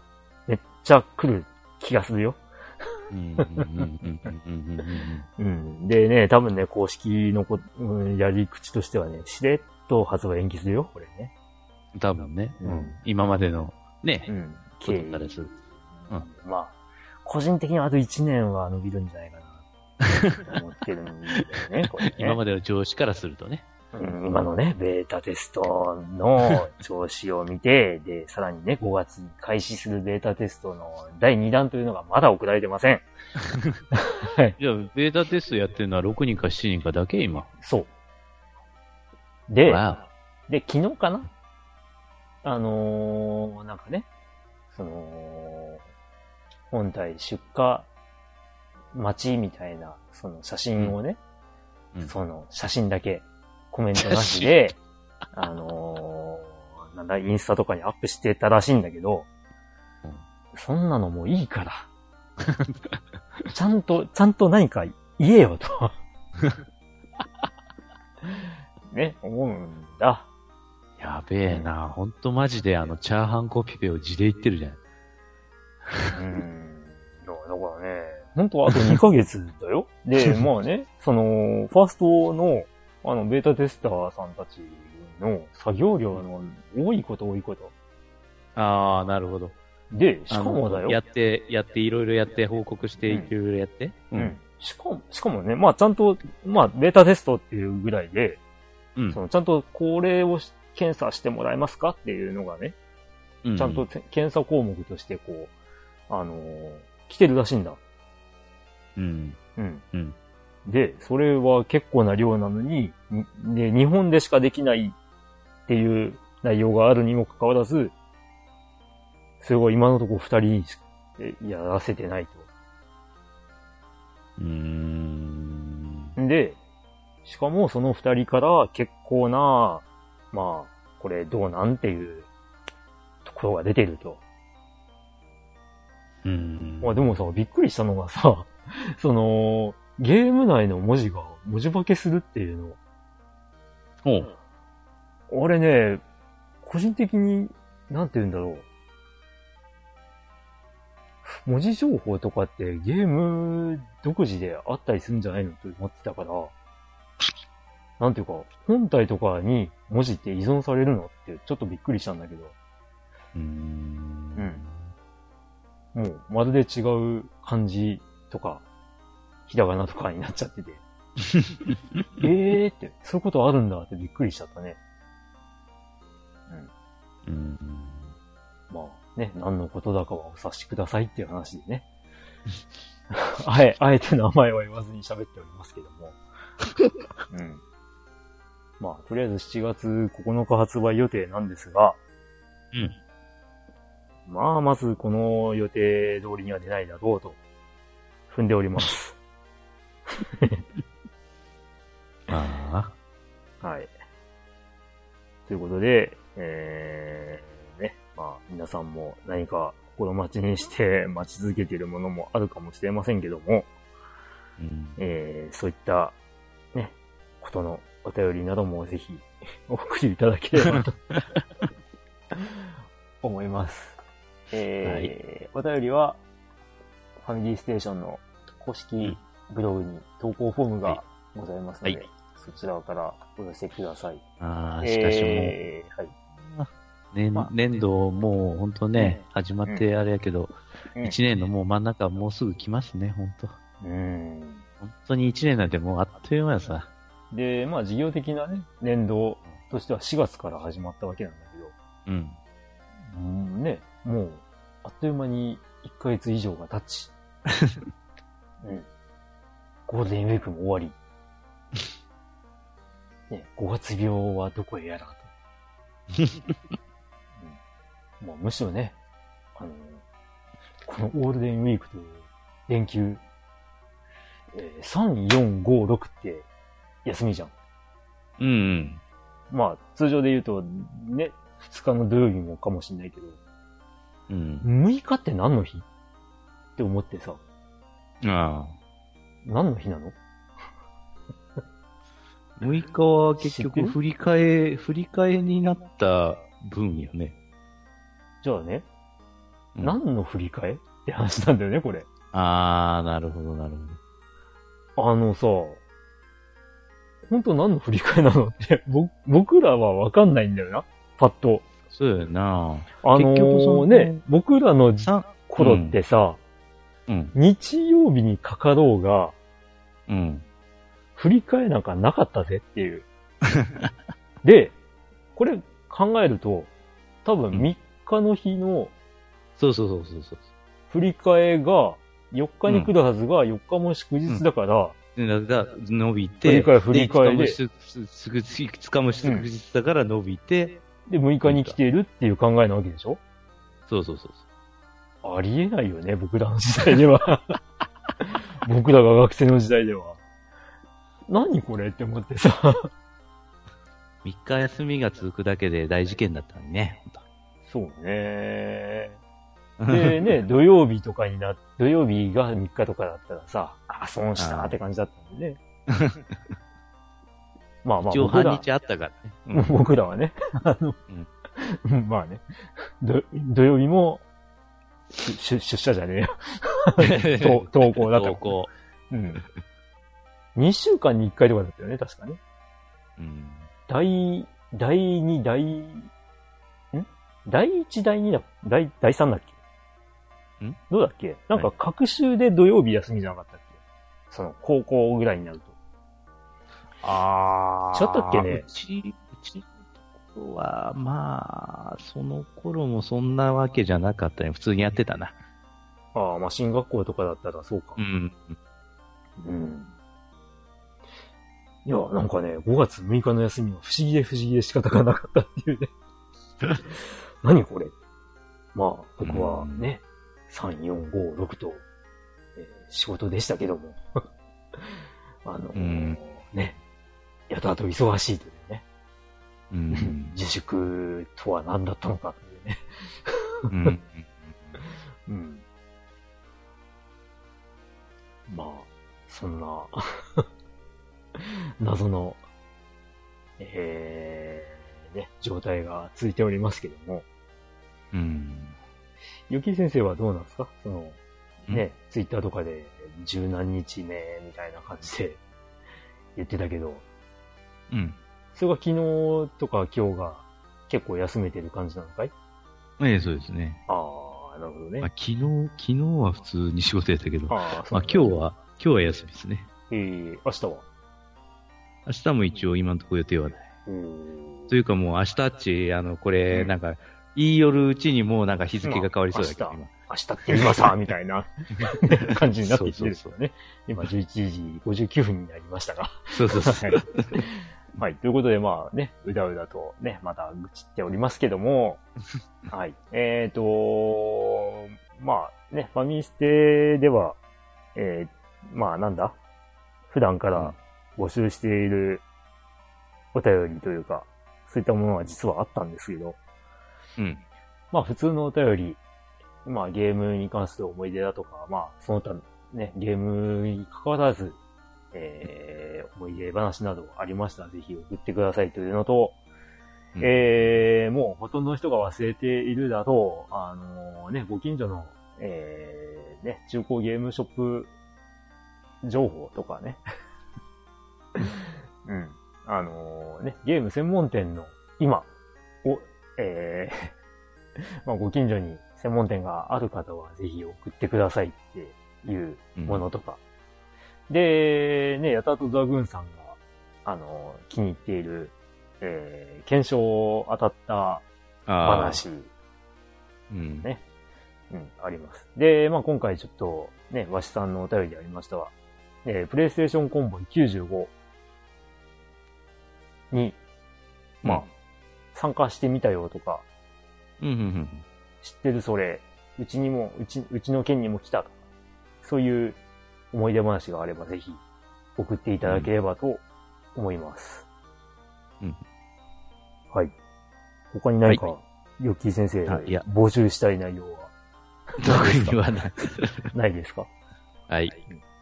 めっちゃ来る気がするよ。
な。うん。うん。うん。うん。うん。うん。
うん。でね、多分ね、公式のこ、うん、やり口としてはね、しれっと発売延期するよ、これね。
多分ね、
うん
今までの
う
ね、
ん。経
こと
緯
からする。
うんまあ、個人的にはあと1年は伸びるんじゃないかな、と思ってるんだよね、これね。
今までの常識からするとね。
うん今のね、ベータテストの調子を見て、で、さらにね、5月に開始するベータテストの第2弾というのがまだ送られてません。
じゃあ、ベータテストやってるのは6人か7人かだけ、今。
そう。で、
わ
で、昨日かなあのー、なんかね、その、本体出荷待ちみたいな、その写真をね、
おうん
その写真だけコメントなしで、あのー、なんだ、インスタとかにアップしてたらしいんだけど、
うん
そんなのもういいから、 ちゃんと、ちゃんと何か言え よと。ね、思うんだ。
やべえな。ほんとマジで、あの、チャーハンコピペを字で言ってるじゃん。
うん。だからだからね、本当はあと2ヶ月だ よ。で、まあね、その、ファーストの、あの、ベータテスターさんたちの作業量の多いこと多いこと。
ああ、なるほど。
で、しかもだ
あのや
よ
っ。て、やって、いろいろやって、報告して、
うん
いろいろやって。
う。ん。しかも、しかもね、まあちゃんと、まあベータテストっていうぐらいで、
うん
そ。のちゃんとこれをし検査してもらえますかっていうのがね、
う
ちゃんとて検査項目としてこう、あのー来てるらしいんだ。
うん。
うん。
うん
で、それは結構な量なのに、にで、日本でしかできないっていう内容があるにもかかわらず、それは今のところ二人にしかえやらせてない
うん。うー
と。
ん。
で、しかもその二人から結構な、まあ、これどうなんっていうところが出てると。
うん
まあでもさ、びっくりしたのがさ、その、ゲーム内の文字が文字化けするっていうの。
おう
俺ね、個人的に、なんて言うんだろう。文字情報とかってゲーム独自であったりするんじゃないのと思ってたから、なんていうか、本体とかに文字って依存されるのってちょっとびっくりしたんだけど、
うーん。
もうまるで違う漢字とか、ひらがなとかになっちゃってて。えーって、そういうことあるんだってびっくりしちゃったね。
うん。
まあね、何のことだかはお察しくださいっていう話で ね。あえ、あえて名前は言わずに喋っておりますけども。うん。まあ、とりあえず7月9日発売予定なんですが、
うん。
まあ、まずこの予定通りには出ないだろうと、踏んでおります。
あ
はい。ということで、えー、ね、まあ、皆さんも何か心待ちにして 待ち続けているものもあるかもしれませんけども、
あ。うん。
えーそういった、ね、ことのお便りなどもぜひ お送りいただければと 思い ます。えーお便りは、ファミリーステーションの公式ブログに投稿フォームがございますので、
はい
そちらからお寄せください。
ああ、しかしもう、
えーはい。
年
まあ
年度、もう本当ね、始まってあれやけど、
うん
一年のもう真ん中、もうすぐ来ますね、本当
うん。
本当に一年なんてもうあっという間やさ。
で、まあ、事業的なね、年度としては4月から始まったわけなんだけど、
うん。
うんね、もう、あっという間に1ヶ月以上が経ち。うん。ゴールデンウィークも終わり。ね、5月病はどこへやらと。うん、まあむしろね、あの、このゴールデンウィークという連休、えー3、4、5、6って休みじゃん。
うん、
まあ、通常で言うと、ね、 2日の土曜日もかもしんないけど、
うん。
6日って何の日って思ってさ、
あ
何の日なの
あ。6日は結
知って
局、
る
振り替え、振り替えになった分よね。
じゃあね、
うん
何の振り替えって話なんだよね、これ。
ああ、なるほど、なるほど。
あのさ、本当何の振り替えなのって、ぼ僕らはわかんないんだよな、パッと。
そうやな。
あの
結局その
ー、ね、僕らの
三
頃ってさ、
うん、
日曜日にかかろうが、
うん。
振り替えなんかなかったぜって いう。で、これ考えると、多分
うん
3日の日の
そうそうそうそうそう。
振り替えが、4日に来るはずが、4日も祝日だから、
でだから伸び
振り
て、
替え振り替えで
で5日もすぐ、すぐ、すぐ、つかも祝日だから伸びて、
で、6日に来ているっていう考えなわけでしょ
そうそうそうそ
ありえないよね、僕らの時代で は。僕らが学生の時代では。何これって思ってさ。
う。3日休みが続くだけで大事件だったのにね、
そうね。
本当
で ね、土曜日とかにな、土曜日が3日とかだったらさ、あ、損したって感じだったんで ね。まあまあ、
一応
僕
半
ら、
日あったからね。
僕らはね、あの、うん まあね、ど土曜日も、出出社じゃねえよ。
うん
登登校だから。
投稿。
うん。2週間に1回とかだったよね、確かね。
うん。
第、第2、第、ん第1、第2だ、第、第3だっけ
ん
どうだっけなんか、各週で土曜日休みじゃなかったっけその、高校ぐらいになると。
あ
ー違ったっけね
うち、うちのところは、まあ、その頃もそんなわけじゃなかったね。普通にやってたな。
ああ、まあ、進学校とかだったらそうか。
ん。
うん。いや、なんかね、5月6日の休みは不思議で不思議で仕方がなかったっていうね。 何これまあ、僕はね、3、4、5、6と、えー仕事でしたけども。 あのー
うん
ね、やたらと忙しいというね、
うん。
自粛とは何だったのかというね。
うん。
うん。まあ、そんな、謎の、えー、ね、状態が続いておりますけども、
うん。
ゆき先生はどうなんですかその、
うん
ね、ツイッターとかで、十何日目みたいな感じで 言ってたけど、
うん。
それが昨日とか今日が結構休めてる感じなのかい
ええ、そうですね。
ああ、なるほどね。
まあ、昨日、昨日は普通に仕事やったけど、まあ
ああ、
今日
日、
は、今日は休みですね。
えー、明日は
明日も一応今のところ予定はない。
うーん
というかもう明日っち、あの、これ、
うん
なんか、言い寄るうちにもうなんか日付が変わりそうだけど、
まあ明
今。
明日って今さ、みたいな 感じになってきてるんですよね。今11時59分になりましたが。
そうそうそう。
はい。ということで、まあね、うだうだとね、また愚痴っておりますけども、はい。えっ、と、まあね、ファミステでは、えー、まあなんだ、普段から募集しているお便りというか、そういったものは実はあったんですけど、
うん。
まあ普通のお便り、まあゲームに関する思い出だとか、まあその他のね、ゲームに関わらず、えー、思い出話などありましたらぜひ送ってくださいというのと、
うん
えー、もうほとんどの人が忘れているだとう、あのね、ご近所の、えー、ね、中古ゲームショップ情報とかね、 うん。あのね、ゲーム専門店の今を、えー、 まあ、ご近所に専門店がある方はぜひ送ってくださいっていうものとか。で、ね、やたらとザグーンさんが、あの、気に入っている、えー、検証当たった
ああ。
話、
うん。
ねうん、あります。で、まあ、今回ちょっと、ね、わしさんのお便りでありましたが、えー、プレイステーションコンボイ95に
まあ。
参加してみたよとか、
うんうんうん。
知ってるそれ、うちにも、うち、うちの県にも来たとか、そういう思い出話があればぜひ送っていただければと思います。
うん
はい。他に何か、ヨッキー先生、
あいや
募集したい内容は
特にはない。
ないですか
はい。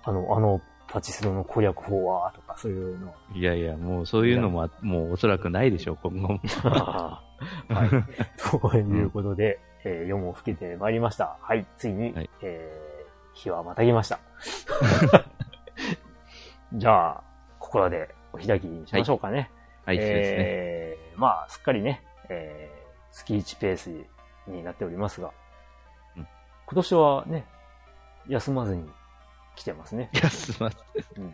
あの、あの、パチスロの攻略法は、とか、そういうの。
いやいや、もうそういうのもあ、もうおそらくないでしょう、今後 も。
はい。 ということで、えー、読もふけてまいりました。はい。ついに、
はい
えー、日はまたぎま した。じゃあ、ここらでお開きにしましょうかね。
はい、そうですね。
えーまあ、すっかりね、えー、月1ペースになっておりますが、
うん
今年はね、休まずに来てますね。
休ませ
うん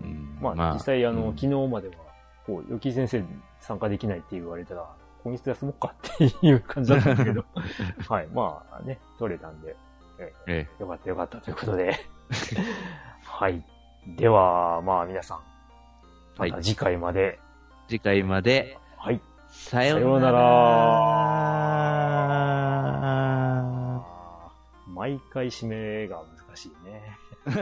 うん
まあ、
まあ
実際、あの、
うん
昨日までは、こう、きい先生参加できないって言われたら、今月休もうかっていう感じだったんだけ ど、はい、まあね、取れたんで、
え
よかったよかったということ で、はい。では、まあ皆さん、
えは
ま
い
た。次回まで、
次回まで、
はい。
さよ
さ
う
ような
な
ら。毎回締めが難しいね。
ら。